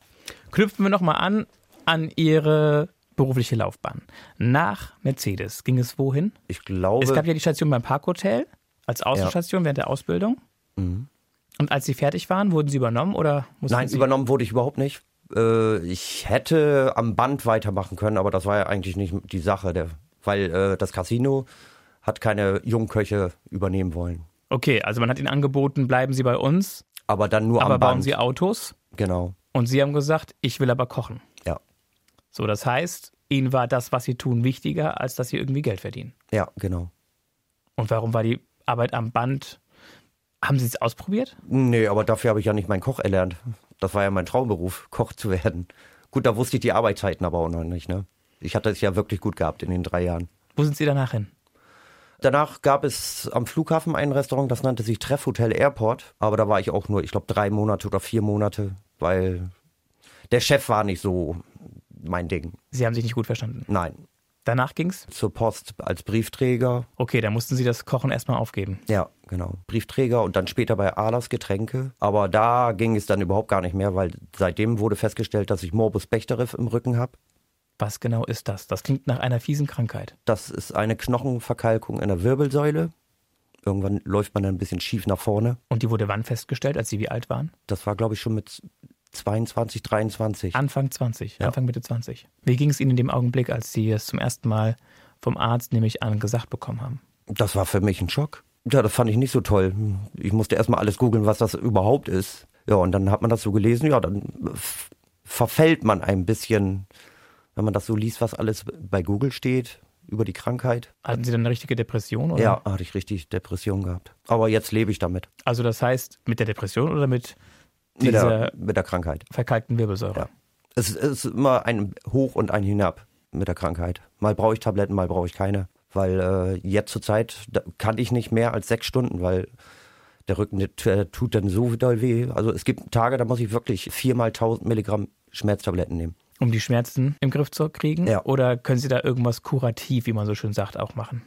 Speaker 6: Knüpfen wir nochmal an an Ihre berufliche Laufbahn. Nach Mercedes ging es wohin?
Speaker 5: Ich glaube,
Speaker 6: Es gab ja die Station beim Parkhotel als Außenstation während der Ausbildung. Und als Sie fertig waren, wurden Sie übernommen oder mussten
Speaker 5: Mhm. nein,
Speaker 6: Sie
Speaker 5: übernommen wurde ich überhaupt nicht. Äh, ich hätte am Band weitermachen können, aber das war ja eigentlich nicht die Sache, der, weil äh, das Casino hat keine Jungköche übernehmen wollen.
Speaker 6: Okay, also man hat Ihnen angeboten, bleiben Sie bei uns,
Speaker 5: Aber dann nur
Speaker 6: aber
Speaker 5: am
Speaker 6: bauen
Speaker 5: Band.
Speaker 6: Sie Autos.
Speaker 5: genau,
Speaker 6: Und Sie haben gesagt, ich will aber kochen.
Speaker 5: ja.
Speaker 6: So, das heißt, Ihnen war das, was Sie tun, wichtiger, als dass Sie irgendwie Geld verdienen.
Speaker 5: Ja, genau.
Speaker 6: Und warum war die Arbeit am Band? Haben Sie es ausprobiert?
Speaker 5: Nee, aber dafür habe ich ja nicht meinen Koch erlernt. Das war ja mein Traumberuf, Koch zu werden. Gut, da wusste ich die Arbeitszeiten aber auch noch nicht, ne? Ich hatte es ja wirklich gut gehabt in den drei Jahren.
Speaker 6: Wo sind Sie danach hin?
Speaker 5: Danach gab es am Flughafen ein Restaurant, das nannte sich Treffhotel Airport. Aber da war ich auch nur, ich glaube, drei Monate oder vier Monate, weil der Chef war nicht so mein Ding.
Speaker 6: Sie haben sich nicht gut verstanden.
Speaker 5: Nein,
Speaker 6: Danach ging's?
Speaker 5: zur Post als Briefträger.
Speaker 6: Okay, dann mussten Sie das Kochen erstmal aufgeben.
Speaker 5: Ja, genau. Briefträger und dann später bei Alas Getränke. Aber da ging es dann überhaupt gar nicht mehr, weil seitdem wurde festgestellt, dass ich Morbus Bechterew im Rücken habe.
Speaker 6: Was genau ist das? Das klingt nach einer fiesen Krankheit.
Speaker 5: Das ist eine Knochenverkalkung in der Wirbelsäule. Irgendwann läuft man dann ein bisschen schief nach vorne.
Speaker 6: Und die wurde wann festgestellt, als Sie wie alt waren?
Speaker 5: Das war, glaube ich, schon mit 22, 23.
Speaker 6: Anfang 20, Anfang Mitte 20. Wie ging es Ihnen in dem Augenblick, als Sie es zum ersten Mal vom Arzt, nehme ich an, gesagt bekommen haben?
Speaker 5: Das war für mich ein Schock. Ja, das fand ich nicht so toll. Ich musste erstmal alles googeln, was das überhaupt ist. Ja, und dann hat man das so gelesen. Ja, dann f- verfällt man ein bisschen, wenn man das so liest, was alles bei Google steht über die Krankheit.
Speaker 6: Hatten Sie dann eine richtige Depression? Oder?
Speaker 5: Ja, hatte ich richtig Depression gehabt. Aber jetzt lebe ich damit.
Speaker 6: Also das heißt, mit der Depression oder mit
Speaker 5: Mit,
Speaker 6: dieser
Speaker 5: der, mit der Krankheit.
Speaker 6: verkalkten Wirbelsäule?
Speaker 5: Ja. Es ist immer ein Hoch und ein Hinab mit der Krankheit. Mal brauche ich Tabletten, mal brauche ich keine. Weil äh, jetzt zur Zeit da kann ich nicht mehr als sechs Stunden, weil der Rücken der t- äh, tut dann so doll weh. Also es gibt Tage, da muss ich wirklich viermal 1000 Milligramm Schmerztabletten nehmen.
Speaker 6: Um die Schmerzen im Griff zu kriegen?
Speaker 5: Ja.
Speaker 6: Oder können Sie da irgendwas kurativ, wie man so schön sagt, auch machen?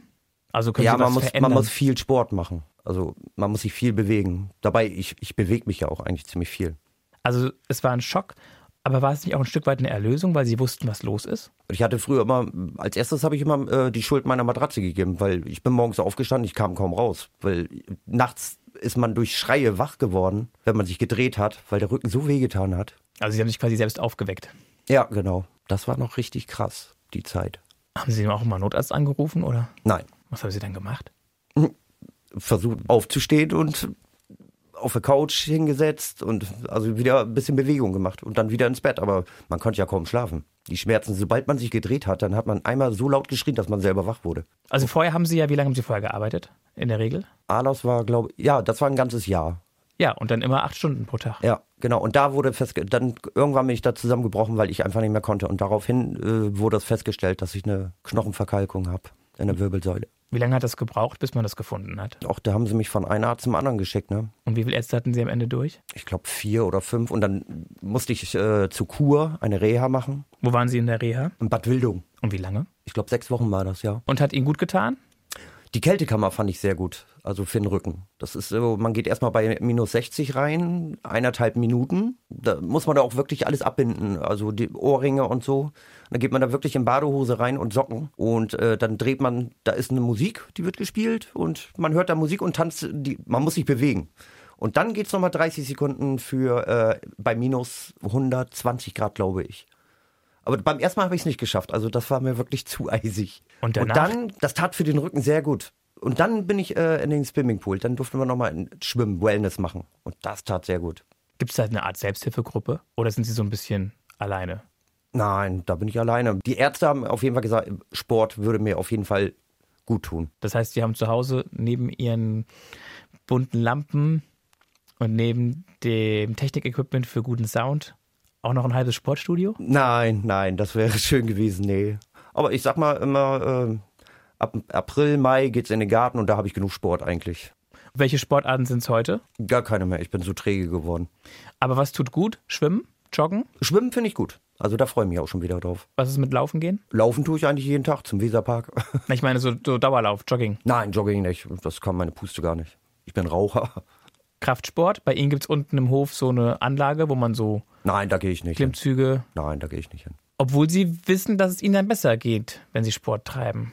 Speaker 6: Also können
Speaker 5: ja,
Speaker 6: Sie was
Speaker 5: man muss,
Speaker 6: verändern?
Speaker 5: man muss viel Sport machen. Also man muss sich viel bewegen. Dabei, ich, ich bewege mich ja auch eigentlich ziemlich viel.
Speaker 6: also es war ein Schock, aber war es nicht auch ein Stück weit eine Erlösung, weil Sie wussten, was los ist?
Speaker 5: Ich hatte früher immer, als erstes habe ich immer äh, die Schuld meiner Matratze gegeben, weil ich bin morgens aufgestanden, ich kam kaum raus. Weil nachts ist man durch Schreie wach geworden, wenn man sich gedreht hat, weil der Rücken so wehgetan hat.
Speaker 6: Also Sie haben sich quasi selbst aufgeweckt.
Speaker 5: Ja, genau. Das war noch richtig krass, die Zeit.
Speaker 6: Haben Sie auch mal einen Notarzt angerufen oder
Speaker 5: Nein,
Speaker 6: was haben Sie dann gemacht?
Speaker 5: versucht aufzustehen und auf der Couch hingesetzt und also wieder ein bisschen Bewegung gemacht und dann wieder ins Bett. Aber man konnte ja kaum schlafen. Die Schmerzen, sobald man sich gedreht hat, dann hat man einmal so laut geschrien, dass man selber wach wurde.
Speaker 6: Also vorher haben Sie ja, wie lange haben Sie vorher gearbeitet? In der Regel?
Speaker 5: Alos war, glaube ich, ja, das war ein ganzes Jahr.
Speaker 6: Ja, und dann immer acht Stunden pro Tag.
Speaker 5: Ja, genau. Und da wurde festge dann irgendwann bin ich da zusammengebrochen, weil ich einfach nicht mehr konnte. Und daraufhin äh, wurde es festgestellt, dass ich eine Knochenverkalkung habe in der Wirbelsäule.
Speaker 6: Wie lange hat das gebraucht, bis man das gefunden hat?
Speaker 5: Auch da haben sie mich von einem Arzt zum anderen geschickt, ne?
Speaker 6: Und wie viele Ärzte hatten Sie am Ende durch?
Speaker 5: Ich glaube vier oder fünf. Und dann musste ich äh, zur Kur eine Reha machen.
Speaker 6: Wo waren Sie in der Reha?
Speaker 5: In Bad Wildung.
Speaker 6: Und wie lange?
Speaker 5: Ich glaube sechs Wochen war das, ja.
Speaker 6: Und hat Ihnen gut getan?
Speaker 5: Die Kältekammer fand ich sehr gut, also für den Rücken. Das ist so, man geht erstmal bei minus 60 rein, eineinhalb Minuten. Da muss man da auch wirklich alles abbinden, also die Ohrringe und so. Und dann geht man da wirklich in Badehose rein und Socken. Und äh, dann dreht man, da ist eine Musik, die wird gespielt und man hört da Musik und tanzt, die, man muss sich bewegen. Und dann geht's nochmal 30 Sekunden für äh, bei minus 120 Grad, glaube ich. Aber beim ersten Mal habe ich es nicht geschafft. Also das war mir wirklich zu eisig.
Speaker 6: Und danach?
Speaker 5: dann, das tat für den Rücken sehr gut. Und dann bin ich äh, in den Swimmingpool. Dann durften wir nochmal schwimmen, Wellness machen. Und das tat sehr gut.
Speaker 6: Gibt es da eine Art Selbsthilfegruppe? Oder sind Sie so ein bisschen alleine?
Speaker 5: Nein, da bin ich alleine. Die Ärzte haben auf jeden Fall gesagt, Sport würde mir auf jeden Fall gut tun.
Speaker 6: Das heißt, Sie haben zu Hause neben Ihren bunten Lampen und neben dem Technikequipment für guten Sound auch noch ein halbes Sportstudio?
Speaker 5: Nein, nein, das wäre schön gewesen, nee. Aber ich sag mal immer, äh, ab April, Mai geht's in den Garten und da habe ich genug Sport eigentlich.
Speaker 6: Welche Sportarten sind es heute?
Speaker 5: Gar keine mehr, ich bin so träge geworden.
Speaker 6: Aber was tut gut? Schwimmen? Joggen?
Speaker 5: Schwimmen finde ich gut. Also da freue ich mich auch schon wieder drauf.
Speaker 6: Was ist mit Laufen gehen?
Speaker 5: Laufen tue ich eigentlich jeden Tag zum Weserpark.
Speaker 6: Na, Ich meine, so, so Dauerlauf, Jogging,
Speaker 5: nein, Jogging nicht. Das kann meine Puste gar nicht. Ich bin Raucher.
Speaker 6: Kraftsport. Bei Ihnen gibt es unten im Hof so eine Anlage, wo man so
Speaker 5: Nein, da gehe ich nicht hin.
Speaker 6: Klimmzüge,
Speaker 5: Nein, da gehe ich nicht hin.
Speaker 6: obwohl Sie wissen, dass es Ihnen dann besser geht, wenn Sie Sport treiben.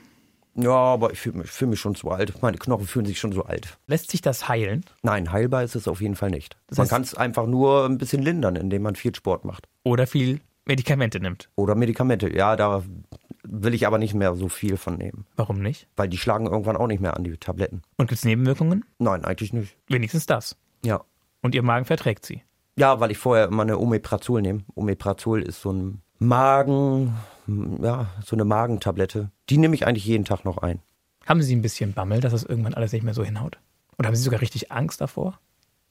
Speaker 5: Ja, aber ich fühle mich, fühl mich schon zu alt. Meine Knochen fühlen sich schon so alt.
Speaker 6: Lässt sich das heilen?
Speaker 5: Nein, heilbar ist es auf jeden Fall nicht. man
Speaker 6: heißt-
Speaker 5: kann es einfach nur ein bisschen lindern, indem man viel Sport macht.
Speaker 6: Oder viel Medikamente nimmt?
Speaker 5: Oder Medikamente. Ja, da will ich aber nicht mehr so viel von nehmen.
Speaker 6: Warum nicht?
Speaker 5: Weil die schlagen irgendwann auch nicht mehr an, die Tabletten.
Speaker 6: Und gibt es Nebenwirkungen?
Speaker 5: Nein, eigentlich nicht.
Speaker 6: Wenigstens das.
Speaker 5: Ja.
Speaker 6: Und Ihr Magen verträgt sie.
Speaker 5: Ja, weil ich vorher immer eine Omeprazol nehme. Omeprazol ist so ein Magen, ja, so eine Magentablette. Die nehme ich eigentlich jeden Tag noch ein.
Speaker 6: Haben Sie ein bisschen Bammel, dass das irgendwann alles nicht mehr so hinhaut? Oder haben Sie sogar richtig Angst davor?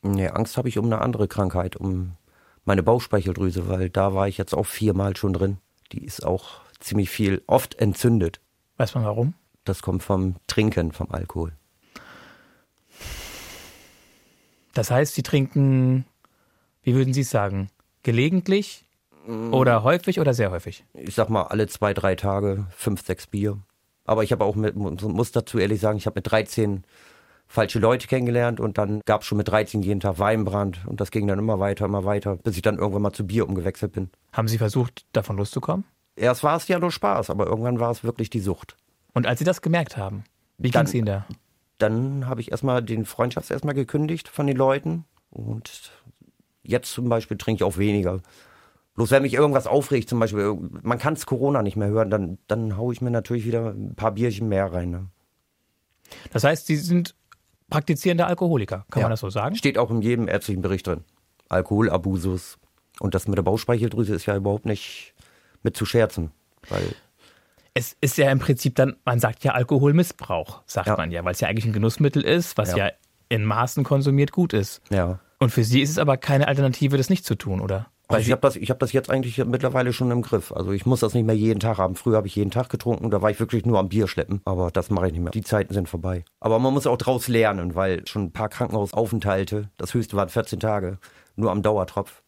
Speaker 5: Nee, Angst habe ich um eine andere Krankheit, um meine Bauchspeicheldrüse, weil da war ich jetzt auch viermal schon drin. Die ist auch ziemlich viel, oft entzündet.
Speaker 6: Weiß man warum?
Speaker 5: Das kommt vom Trinken, vom Alkohol.
Speaker 6: Das heißt, Sie trinken, wie würden Sie es sagen, gelegentlich oder häufig oder sehr häufig?
Speaker 5: ich sag mal, alle zwei, drei Tage fünf, sechs Bier. Aber ich habe auch mit, muss dazu ehrlich sagen, ich habe mit 13 falsche Leute kennengelernt und dann gab es schon mit 13 jeden Tag Weinbrand und das ging dann immer weiter, immer weiter, bis ich dann irgendwann mal zu Bier umgewechselt bin.
Speaker 6: Haben Sie versucht, davon loszukommen?
Speaker 5: Erst war es ja nur Spaß, aber irgendwann war es wirklich die Sucht.
Speaker 6: Und als Sie das gemerkt haben, wie ging
Speaker 5: Dann-
Speaker 6: es Ihnen da?
Speaker 5: Dann habe ich erstmal den Freundschafts erstmal gekündigt von den Leuten und jetzt zum Beispiel trinke ich auch weniger. Bloß wenn mich irgendwas aufregt, zum Beispiel, man kann es Corona nicht mehr hören, dann, dann haue ich mir natürlich wieder ein paar Bierchen mehr rein. Ne?
Speaker 6: Das heißt, Sie sind praktizierender Alkoholiker, kann
Speaker 5: Ja.
Speaker 6: man das so sagen?
Speaker 5: Steht auch in jedem ärztlichen Bericht drin. Alkoholabusus. Und das mit der Bauchspeicheldrüse ist ja überhaupt nicht mit zu scherzen. Weil,
Speaker 6: Es ist ja im Prinzip dann, man sagt ja Alkoholmissbrauch, sagt
Speaker 5: Ja.
Speaker 6: man ja, weil es ja eigentlich ein Genussmittel ist, was ja.
Speaker 5: Ja.
Speaker 6: in Maßen konsumiert gut ist.
Speaker 5: ja.
Speaker 6: Und für Sie ist es aber keine Alternative, das nicht zu tun, oder?
Speaker 5: Weil Also ich habe das, ich hab das jetzt eigentlich mittlerweile schon im Griff. Also ich muss das nicht mehr jeden Tag haben. Früher habe ich jeden Tag getrunken, da war ich wirklich nur am Bier schleppen. Aber das mache ich nicht mehr. Die Zeiten sind vorbei. Aber man muss auch draus lernen, weil schon ein paar Krankenhausaufenthalte, das höchste waren 14 Tage, nur am Dauertropf.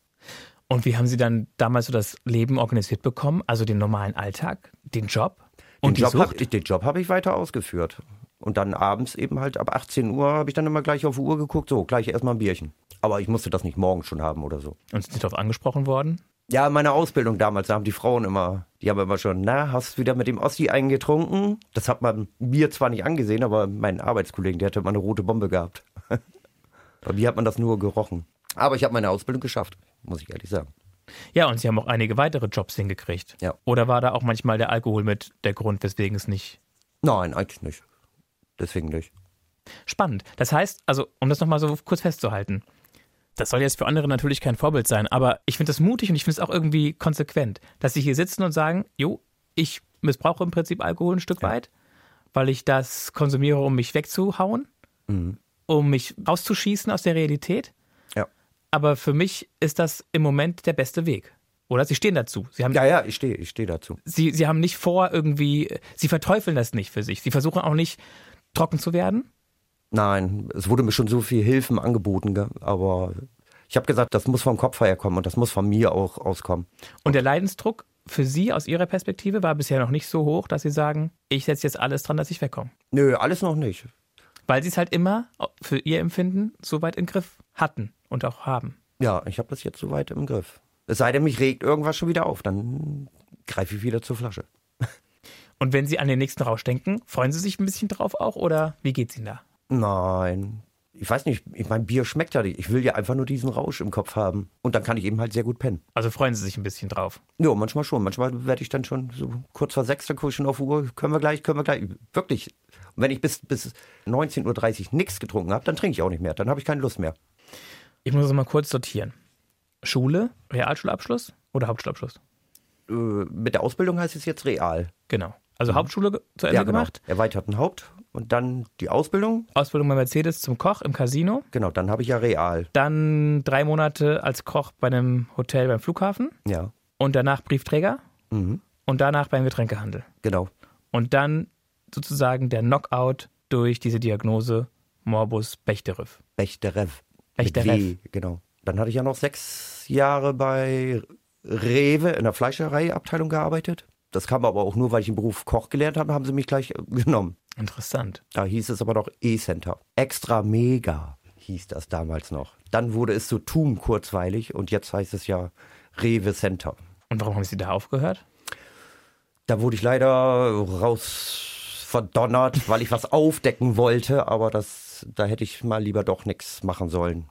Speaker 6: Und wie haben Sie dann damals so das Leben organisiert bekommen? Also den normalen Alltag, den Job
Speaker 5: Den
Speaker 6: und
Speaker 5: Job,
Speaker 6: die
Speaker 5: hab,
Speaker 6: Sucht?
Speaker 5: ich- den Job habe ich weiter ausgeführt. Und dann abends eben halt ab 18 Uhr habe ich dann immer gleich auf die Uhr geguckt, so gleich erstmal ein Bierchen. Aber ich musste das nicht morgen schon haben oder so.
Speaker 6: Und sind Sie darauf angesprochen worden?
Speaker 5: Ja, in meiner Ausbildung damals, da haben die Frauen immer, die haben immer schon, na, hast du wieder mit dem Ossi eingetrunken? Das hat man mir zwar nicht angesehen, aber meinen Arbeitskollegen, der hatte immer eine rote Bombe gehabt. Bei mir hat man das nur gerochen. Aber ich habe meine Ausbildung geschafft, muss ich ehrlich sagen.
Speaker 6: Ja, und Sie haben auch einige weitere Jobs hingekriegt.
Speaker 5: Ja.
Speaker 6: Oder war da auch manchmal der Alkohol mit der Grund, weswegen es nicht
Speaker 5: Nein, eigentlich nicht. Deswegen nicht.
Speaker 6: Spannend. Das heißt, also, um das nochmal so kurz festzuhalten, das soll jetzt für andere natürlich kein Vorbild sein, aber ich finde das mutig und ich finde es auch irgendwie konsequent, dass sie hier sitzen und sagen, jo, ich missbrauche im Prinzip Alkohol ein Stück weit, weil ich das konsumiere, um mich wegzuhauen, um mich rauszuschießen aus der Realität.
Speaker 5: Ja.
Speaker 6: Aber für mich ist das im Moment der beste Weg. Oder sie stehen dazu. Sie haben
Speaker 5: Ja, ja, ich stehe ich steh dazu.
Speaker 6: sie, sie haben nicht vor, irgendwie, sie verteufeln das nicht für sich. Sie versuchen auch nicht, trocken zu werden.
Speaker 5: Nein, es wurde mir schon so viel Hilfen angeboten, ge- aber ich habe gesagt, das muss vom Kopf herkommen und das muss von mir auch auskommen.
Speaker 6: Und der Leidensdruck für sie aus ihrer Perspektive war bisher noch nicht so hoch, dass sie sagen, ich setze jetzt alles dran, dass ich wegkomme.
Speaker 5: Nö, alles noch nicht.
Speaker 6: Weil sie es halt immer für ihr Empfinden so weit im Griff hatten und auch haben.
Speaker 5: Ja, ich habe das jetzt soweit im Griff. Es sei denn, mich regt irgendwas schon wieder auf, dann greife ich wieder zur Flasche.
Speaker 6: Und wenn sie an den nächsten Rausch denken, freuen sie sich ein bisschen drauf auch oder wie geht's ihnen da?
Speaker 5: Nein. Ich weiß nicht, ich mein Bier schmeckt ja nicht. Ich will ja einfach nur diesen Rausch im Kopf haben. Und dann kann ich eben halt sehr gut pennen.
Speaker 6: Also freuen sie sich ein bisschen drauf.
Speaker 5: Ja, manchmal schon. Manchmal werde ich dann schon so kurz vor sechs, dann gucke ich schon auf die Uhr, können wir gleich, können wir gleich. Wirklich. Und wenn ich bis, bis 19.30 Uhr nichts getrunken habe, dann trinke ich auch nicht mehr. Dann habe ich keine Lust mehr.
Speaker 6: Ich muss das mal kurz sortieren. Schule, Realschulabschluss oder Hauptschulabschluss?
Speaker 5: Äh, mit der Ausbildung heißt es jetzt real. genau.
Speaker 6: Genau. Also Hauptschule ge- zu Ende gemacht,
Speaker 5: Erweiterten Haupt und dann die Ausbildung.
Speaker 6: Ausbildung bei Mercedes zum Koch im Casino.
Speaker 5: Genau, dann habe ich ja real.
Speaker 6: Dann drei Monate als Koch bei einem Hotel beim Flughafen
Speaker 5: Ja,
Speaker 6: und danach Briefträger und danach beim Getränkehandel.
Speaker 5: genau.
Speaker 6: Und dann sozusagen der Knockout durch diese Diagnose Morbus Bechterew.
Speaker 5: Bechterew.
Speaker 6: Bechterew.
Speaker 5: Mit W, Genau. Dann hatte ich ja noch sechs Jahre bei Rewe in der Fleischereiabteilung gearbeitet. Das kam aber auch nur, weil ich den Beruf Koch gelernt habe, haben sie mich gleich äh, genommen.
Speaker 6: Interessant.
Speaker 5: Da hieß es aber noch E-Center. Extra Mega hieß das damals noch. Dann wurde es so TUM kurzweilig und jetzt heißt es ja Rewe Center.
Speaker 6: Und warum haben Sie da aufgehört?
Speaker 5: Da wurde ich leider raus verdonnert, weil ich was aufdecken wollte, aber das, da hätte ich mal lieber doch nichts machen sollen.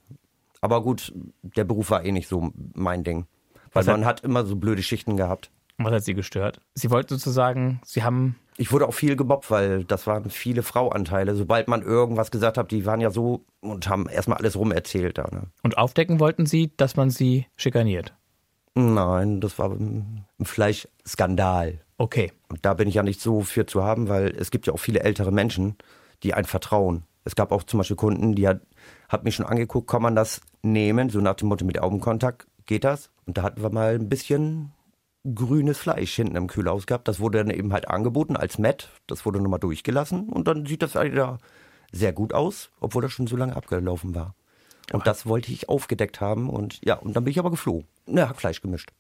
Speaker 5: Aber gut, der Beruf war eh nicht so mein Ding. Weil
Speaker 6: Was hat-
Speaker 5: man hat immer so blöde Schichten gehabt.
Speaker 6: Und was hat Sie gestört? Sie wollten sozusagen, Sie haben,
Speaker 5: Ich wurde auch viel gemobbt, weil das waren viele Frauanteile. Sobald man irgendwas gesagt hat, die waren ja so und haben erstmal alles rumerzählt da. Ne?
Speaker 6: und aufdecken wollten Sie, dass man Sie schikaniert.
Speaker 5: Nein, das war ein Fleischskandal.
Speaker 6: Okay.
Speaker 5: Und da bin ich ja nicht so für zu haben, weil es gibt ja auch viele ältere Menschen, die einen vertrauen. Es gab auch zum Beispiel Kunden, die hat, hat mich schon angeguckt, kann man das nehmen? So nach dem Motto mit Augenkontakt, geht das? Und da hatten wir mal ein bisschen grünes Fleisch hinten im Kühlhaus gehabt. Das wurde dann eben halt angeboten als Met. Das wurde nochmal durchgelassen und dann sieht das wieder sehr gut aus, obwohl das schon so lange abgelaufen war. Und das wollte ich aufgedeckt haben und ja, und dann bin ich aber geflogen. Na, hab Fleisch gemischt.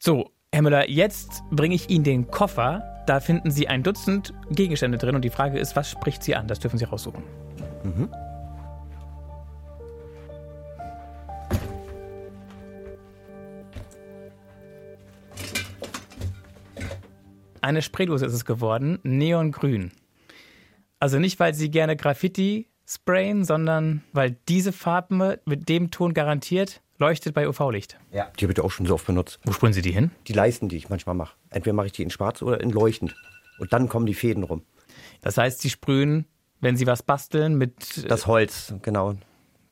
Speaker 6: So, Herr Müller, jetzt bringe ich Ihnen den Koffer. Da finden Sie ein Dutzend Gegenstände drin und die Frage ist, was spricht Sie an? Das dürfen Sie raussuchen. Mhm. Eine Spraydose ist es geworden, neongrün. Also nicht, weil Sie gerne Graffiti sprayen, sondern weil diese Farbe mit dem Ton garantiert leuchtet bei UV-Licht.
Speaker 5: Ja. Die habe ich auch schon so oft benutzt.
Speaker 6: Wo sprühen Sie die hin?
Speaker 5: die Leisten, die ich manchmal mache. Entweder mache ich die in schwarz oder in leuchtend. Und dann kommen die Fäden rum.
Speaker 6: Das heißt, sie sprühen, wenn sie was basteln, mit äh,
Speaker 5: Das Holz, genau.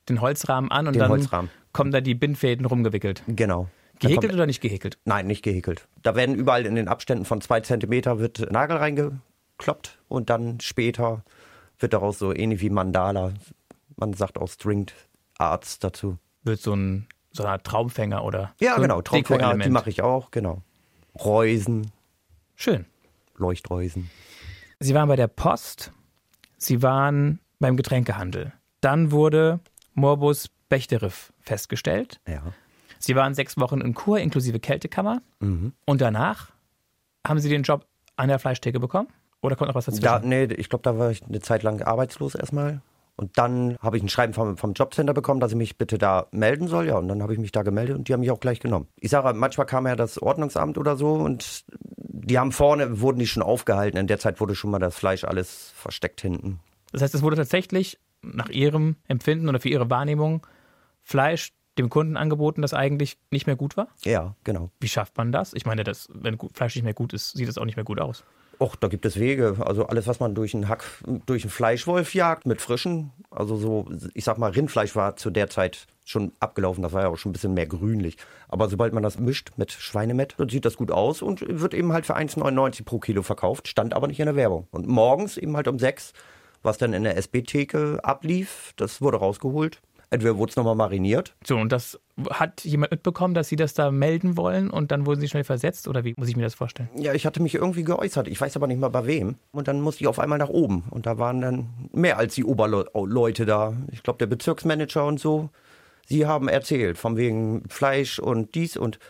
Speaker 6: den Holzrahmen an und
Speaker 5: den
Speaker 6: dann
Speaker 5: Holzrahmen.
Speaker 6: kommen da die Bindfäden rumgewickelt.
Speaker 5: Genau. Dann
Speaker 6: Gehäkelt
Speaker 5: kommt-
Speaker 6: oder nicht gehäkelt?
Speaker 5: Nein, nicht gehäkelt. Da werden überall in den Abständen von zwei Zentimeter wird Nagel reingekloppt und dann später wird daraus so ähnlich wie Mandala. Man sagt auch Stringed Arts dazu.
Speaker 6: Wird so ein so eine Art Traumfänger oder
Speaker 5: Ja,
Speaker 6: so ein
Speaker 5: genau. Traumfänger, die
Speaker 6: Dekoelement.
Speaker 5: mache ich auch, genau. Reusen,
Speaker 6: Schön.
Speaker 5: Leuchtreusen.
Speaker 6: Sie waren bei der Post, sie waren beim Getränkehandel. Dann wurde Morbus Bechterew festgestellt.
Speaker 5: Ja.
Speaker 6: Sie waren sechs Wochen in Kur inklusive Kältekammer
Speaker 5: Mhm.
Speaker 6: und danach haben Sie den Job an der Fleischtheke bekommen oder kommt noch was dazwischen?
Speaker 5: Da, nee, ich glaube, da war ich eine Zeit lang arbeitslos erstmal. Und dann habe ich ein Schreiben vom, vom Jobcenter bekommen, dass ich mich bitte da melden soll. Ja, und dann habe ich mich da gemeldet und die haben mich auch gleich genommen. Ich sage, manchmal kam ja das Ordnungsamt oder so und die haben vorne, wurden die schon aufgehalten. In der Zeit wurde schon mal das Fleisch alles versteckt hinten.
Speaker 6: Das heißt, es wurde tatsächlich nach ihrem Empfinden oder für ihre Wahrnehmung Fleisch dem Kunden angeboten, das eigentlich nicht mehr gut war?
Speaker 5: Ja, genau.
Speaker 6: Wie schafft man das? Ich meine, das, wenn gut- Fleisch nicht mehr gut ist, sieht es auch nicht mehr gut aus.
Speaker 5: Och, da gibt es Wege. Also alles, was man durch einen Hack, durch einen Fleischwolf jagt mit frischen, also so, ich sag mal, Rindfleisch war zu der Zeit schon abgelaufen, das war ja auch schon ein bisschen mehr grünlich. Aber sobald man das mischt mit Schweinemett, dann sieht das gut aus und wird eben halt für 1,99 pro Kilo verkauft, stand aber nicht in der Werbung. Und morgens eben halt um 6, was dann in der SB-Theke ablief, das wurde rausgeholt. Entweder wurde es nochmal mariniert
Speaker 6: So, und das hat jemand mitbekommen, dass sie das da melden wollen und dann wurden sie schnell versetzt oder wie muss ich mir das vorstellen?
Speaker 5: Ja, ich hatte mich irgendwie geäußert. Ich weiß aber nicht mal bei wem. Und dann musste ich auf einmal nach oben. Und da waren dann mehr als die Oberleute da. Ich glaube, der Bezirksmanager und so. Sie haben erzählt, von wegen Fleisch und dies und.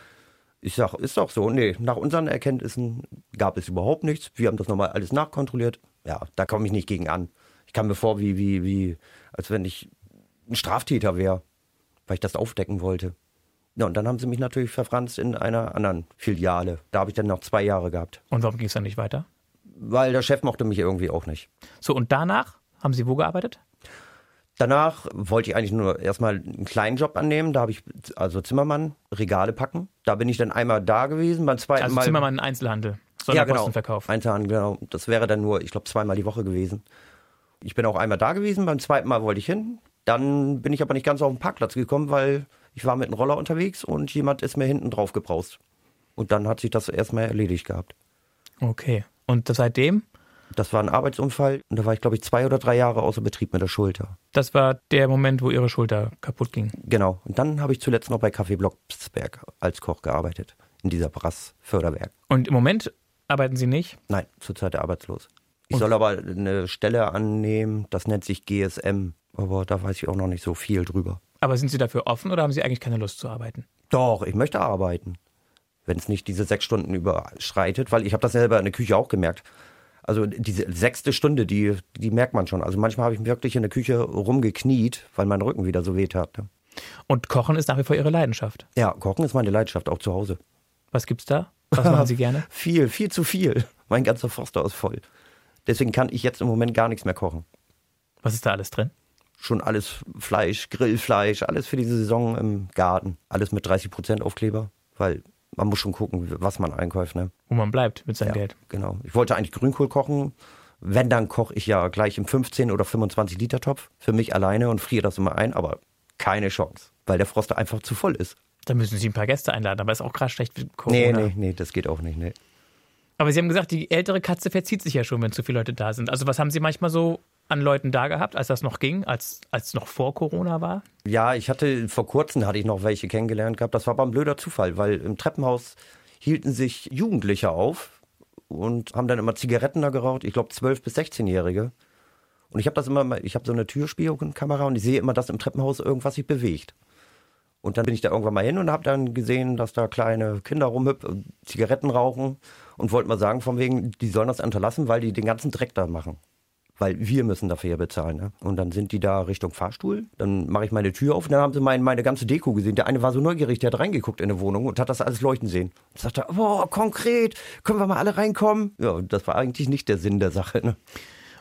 Speaker 5: Ich sag, ist doch so. Nee, nach unseren Erkenntnissen gab es überhaupt nichts. Wir haben das nochmal alles nachkontrolliert. Ja, da komme ich nicht gegen an. Ich kam mir vor, wie, wie, wie, als wenn ich ein Straftäter wäre, weil ich das aufdecken wollte. Ja, und dann haben sie mich natürlich verfranst in einer anderen Filiale. Da habe ich dann noch zwei Jahre gehabt.
Speaker 6: Und warum ging es dann nicht weiter?
Speaker 5: Weil der Chef mochte mich irgendwie auch nicht.
Speaker 6: So, und danach haben sie wo gearbeitet?
Speaker 5: Danach wollte ich eigentlich nur erstmal einen kleinen Job annehmen. Da habe ich, also Zimmermann, Regale packen. Da bin ich dann einmal da gewesen, beim zweiten
Speaker 6: Also
Speaker 5: Mal.
Speaker 6: Zimmermann Einzelhandel,
Speaker 5: ja, genau.
Speaker 6: Sonderkostenverkauf.
Speaker 5: Einzelhandel, genau. Das wäre dann nur, ich glaube, zweimal die Woche gewesen. Ich bin auch einmal da gewesen, beim zweiten Mal wollte ich hin. Dann bin ich aber nicht ganz auf den Parkplatz gekommen, weil ich war mit einem Roller unterwegs und jemand ist mir hinten drauf gebraust. Und dann hat sich das erstmal erledigt gehabt.
Speaker 6: Okay. Und seitdem,
Speaker 5: Das war ein Arbeitsunfall und da war ich, glaube ich, zwei oder drei Jahre außer Betrieb mit der Schulter.
Speaker 6: das war der Moment, wo ihre Schulter kaputt ging.
Speaker 5: Genau. Und dann habe ich zuletzt noch bei Café Blocksberg als Koch gearbeitet. In dieser Brass Förderwerk.
Speaker 6: Und im Moment arbeiten sie nicht.
Speaker 5: Nein, zurzeit arbeitslos. Ich soll aber eine Stelle annehmen, das nennt sich GSM. Aber da weiß ich auch noch nicht so viel drüber.
Speaker 6: Aber sind sie dafür offen oder haben sie eigentlich keine Lust zu arbeiten?
Speaker 5: Doch, ich möchte arbeiten. Wenn es nicht diese sechs Stunden überschreitet, weil ich habe das selber in der Küche auch gemerkt. Also diese sechste Stunde, die, die merkt man schon. Also manchmal habe ich wirklich in der Küche rumgekniet, weil mein Rücken wieder so weht hat. Ne?
Speaker 6: Und Kochen ist nach wie vor ihre Leidenschaft.
Speaker 5: Ja, Kochen ist meine Leidenschaft, auch zu Hause.
Speaker 6: Was gibt's da? Was machen sie gerne?
Speaker 5: Viel, viel zu viel. Mein ganzer Forster ist voll. Deswegen kann ich jetzt im Moment gar nichts mehr kochen.
Speaker 6: Was ist da alles drin?
Speaker 5: schon alles Fleisch, Grillfleisch, alles für diese Saison im Garten. Alles mit 30% Aufkleber, weil man muss schon gucken, was man einkauft. Ne?
Speaker 6: Wo man bleibt mit seinem
Speaker 5: Ja,
Speaker 6: Geld.
Speaker 5: Genau. Ich wollte eigentlich Grünkohl kochen. Wenn, dann koche ich ja gleich im 15 oder 25 Liter Topf für mich alleine und friere das immer ein, aber keine Chance, weil der Froster einfach zu voll ist.
Speaker 6: Da müssen sie ein paar Gäste einladen, aber ist auch gerade schlecht mit Corona.
Speaker 5: Nee, nee, nee, das geht auch nicht. Nee.
Speaker 6: Aber sie haben gesagt, die ältere Katze verzieht sich ja schon, wenn zu viele Leute da sind. Also was haben sie manchmal so an Leuten da gehabt, als das noch ging, als als noch vor Corona war?
Speaker 5: Ja, ich hatte vor kurzem hatte ich noch welche kennengelernt gehabt. Das war aber ein blöder Zufall, weil im Treppenhaus hielten sich Jugendliche auf und haben dann immer Zigaretten da geraucht. Ich glaube 12 bis 16-Jährige. Und ich habe das immer, mal- ich habe so eine Türspionkamera und ich sehe immer, dass im Treppenhaus irgendwas sich bewegt. Und dann bin ich da irgendwann mal hin und habe dann gesehen, dass da kleine Kinder rumhüpfen, Zigaretten rauchen und wollte mal sagen, von wegen, die sollen das unterlassen, weil die den ganzen Dreck da machen weil wir müssen dafür ja bezahlen. Ne? Und dann sind die da Richtung Fahrstuhl, dann mache ich meine Tür auf und dann haben sie mein, meine ganze Deko gesehen. Der eine war so neugierig, der hat reingeguckt in eine Wohnung und hat das alles leuchten sehen. Und sagte, boah, konkret, können wir mal alle reinkommen? Ja, und das war eigentlich nicht der Sinn der Sache. Ne?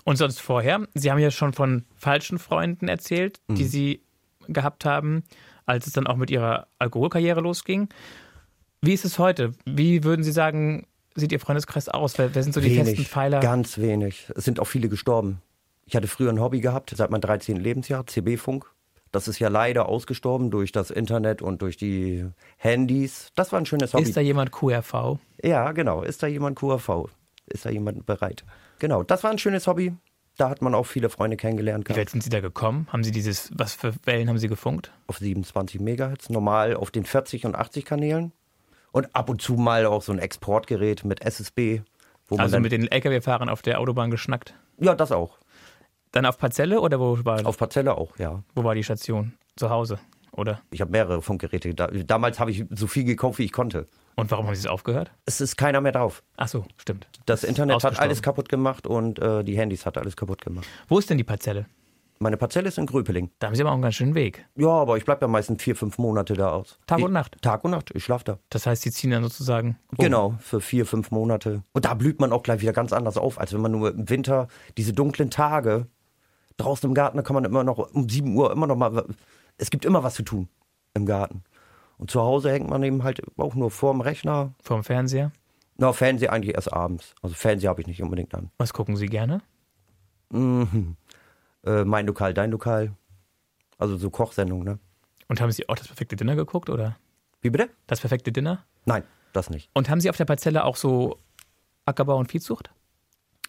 Speaker 6: Und sonst vorher, Sie haben ja schon von falschen Freunden erzählt, die Sie gehabt haben, als es dann auch mit Ihrer Alkoholkarriere losging. Wie ist es heute? Wie würden Sie sagen, sieht Ihr Freundeskreis aus? Wer, wer sind so die festen Pfeiler?
Speaker 5: ganz wenig. Es sind auch viele gestorben. Ich hatte früher ein Hobby gehabt, seit meinem 13. Lebensjahr, CB-Funk. Das ist ja leider ausgestorben durch das Internet und durch die Handys. Das war ein schönes Hobby.
Speaker 6: ist da jemand QRV?
Speaker 5: Ja, genau. Ist da jemand QAV? Ist da jemand bereit? Genau, das war ein schönes Hobby. Da hat man auch viele Freunde kennengelernt.
Speaker 6: Wie weit
Speaker 5: Gehabt.
Speaker 6: sind Sie da gekommen? Haben Sie dieses, was für Wellen haben Sie gefunkt?
Speaker 5: Auf 27 Megahertz, normal auf den 40 und 80 Kanälen. Und ab und zu mal auch so ein Exportgerät mit SSB. Wo man
Speaker 6: Also
Speaker 5: dann,
Speaker 6: mit den Lkw-Fahrern auf der Autobahn geschnackt?
Speaker 5: ja, das auch.
Speaker 6: Dann auf Parzelle oder wo war,
Speaker 5: Auf Parzelle auch, ja.
Speaker 6: wo war die Station? Zu Hause, oder?
Speaker 5: Ich habe mehrere Funkgeräte. Da, damals habe ich so viel gekauft, wie ich konnte.
Speaker 6: Und warum haben Sie es aufgehört?
Speaker 5: Es ist keiner mehr drauf.
Speaker 6: Ach so, stimmt.
Speaker 5: Das Internet hat
Speaker 6: ausgestorben.
Speaker 5: alles kaputt gemacht und äh, die Handys hat alles kaputt gemacht.
Speaker 6: Wo ist denn die Parzelle?
Speaker 5: Meine Parzelle ist in Gröpeling.
Speaker 6: Da haben Sie aber auch einen ganz schönen Weg.
Speaker 5: Ja, aber ich bleibe ja meistens vier, fünf Monate da aus.
Speaker 6: Tag
Speaker 5: ich,
Speaker 6: und Nacht.
Speaker 5: Tag und Nacht. Ich schlafe da.
Speaker 6: Das heißt, sie ziehen dann sozusagen. um.
Speaker 5: Genau, für vier, fünf Monate. Und da blüht man auch gleich wieder ganz anders auf, als wenn man nur im Winter diese dunklen Tage draußen im Garten, da kann man immer noch um 7 Uhr immer noch mal. Es gibt immer was zu tun im Garten. Und zu Hause hängt man eben halt auch nur vorm Rechner.
Speaker 6: Vorm Fernseher.
Speaker 5: Na, Fernsehen eigentlich erst abends. Also Fernsehen habe ich nicht unbedingt an.
Speaker 6: Was gucken Sie gerne?
Speaker 5: Äh, mein Lokal, dein Lokal. Also so Kochsendung, ne?
Speaker 6: Und haben Sie auch das perfekte Dinner geguckt oder
Speaker 5: Wie bitte?
Speaker 6: das perfekte Dinner?
Speaker 5: Nein, das nicht.
Speaker 6: Und haben Sie auf der Parzelle auch so Ackerbau und Viehzucht?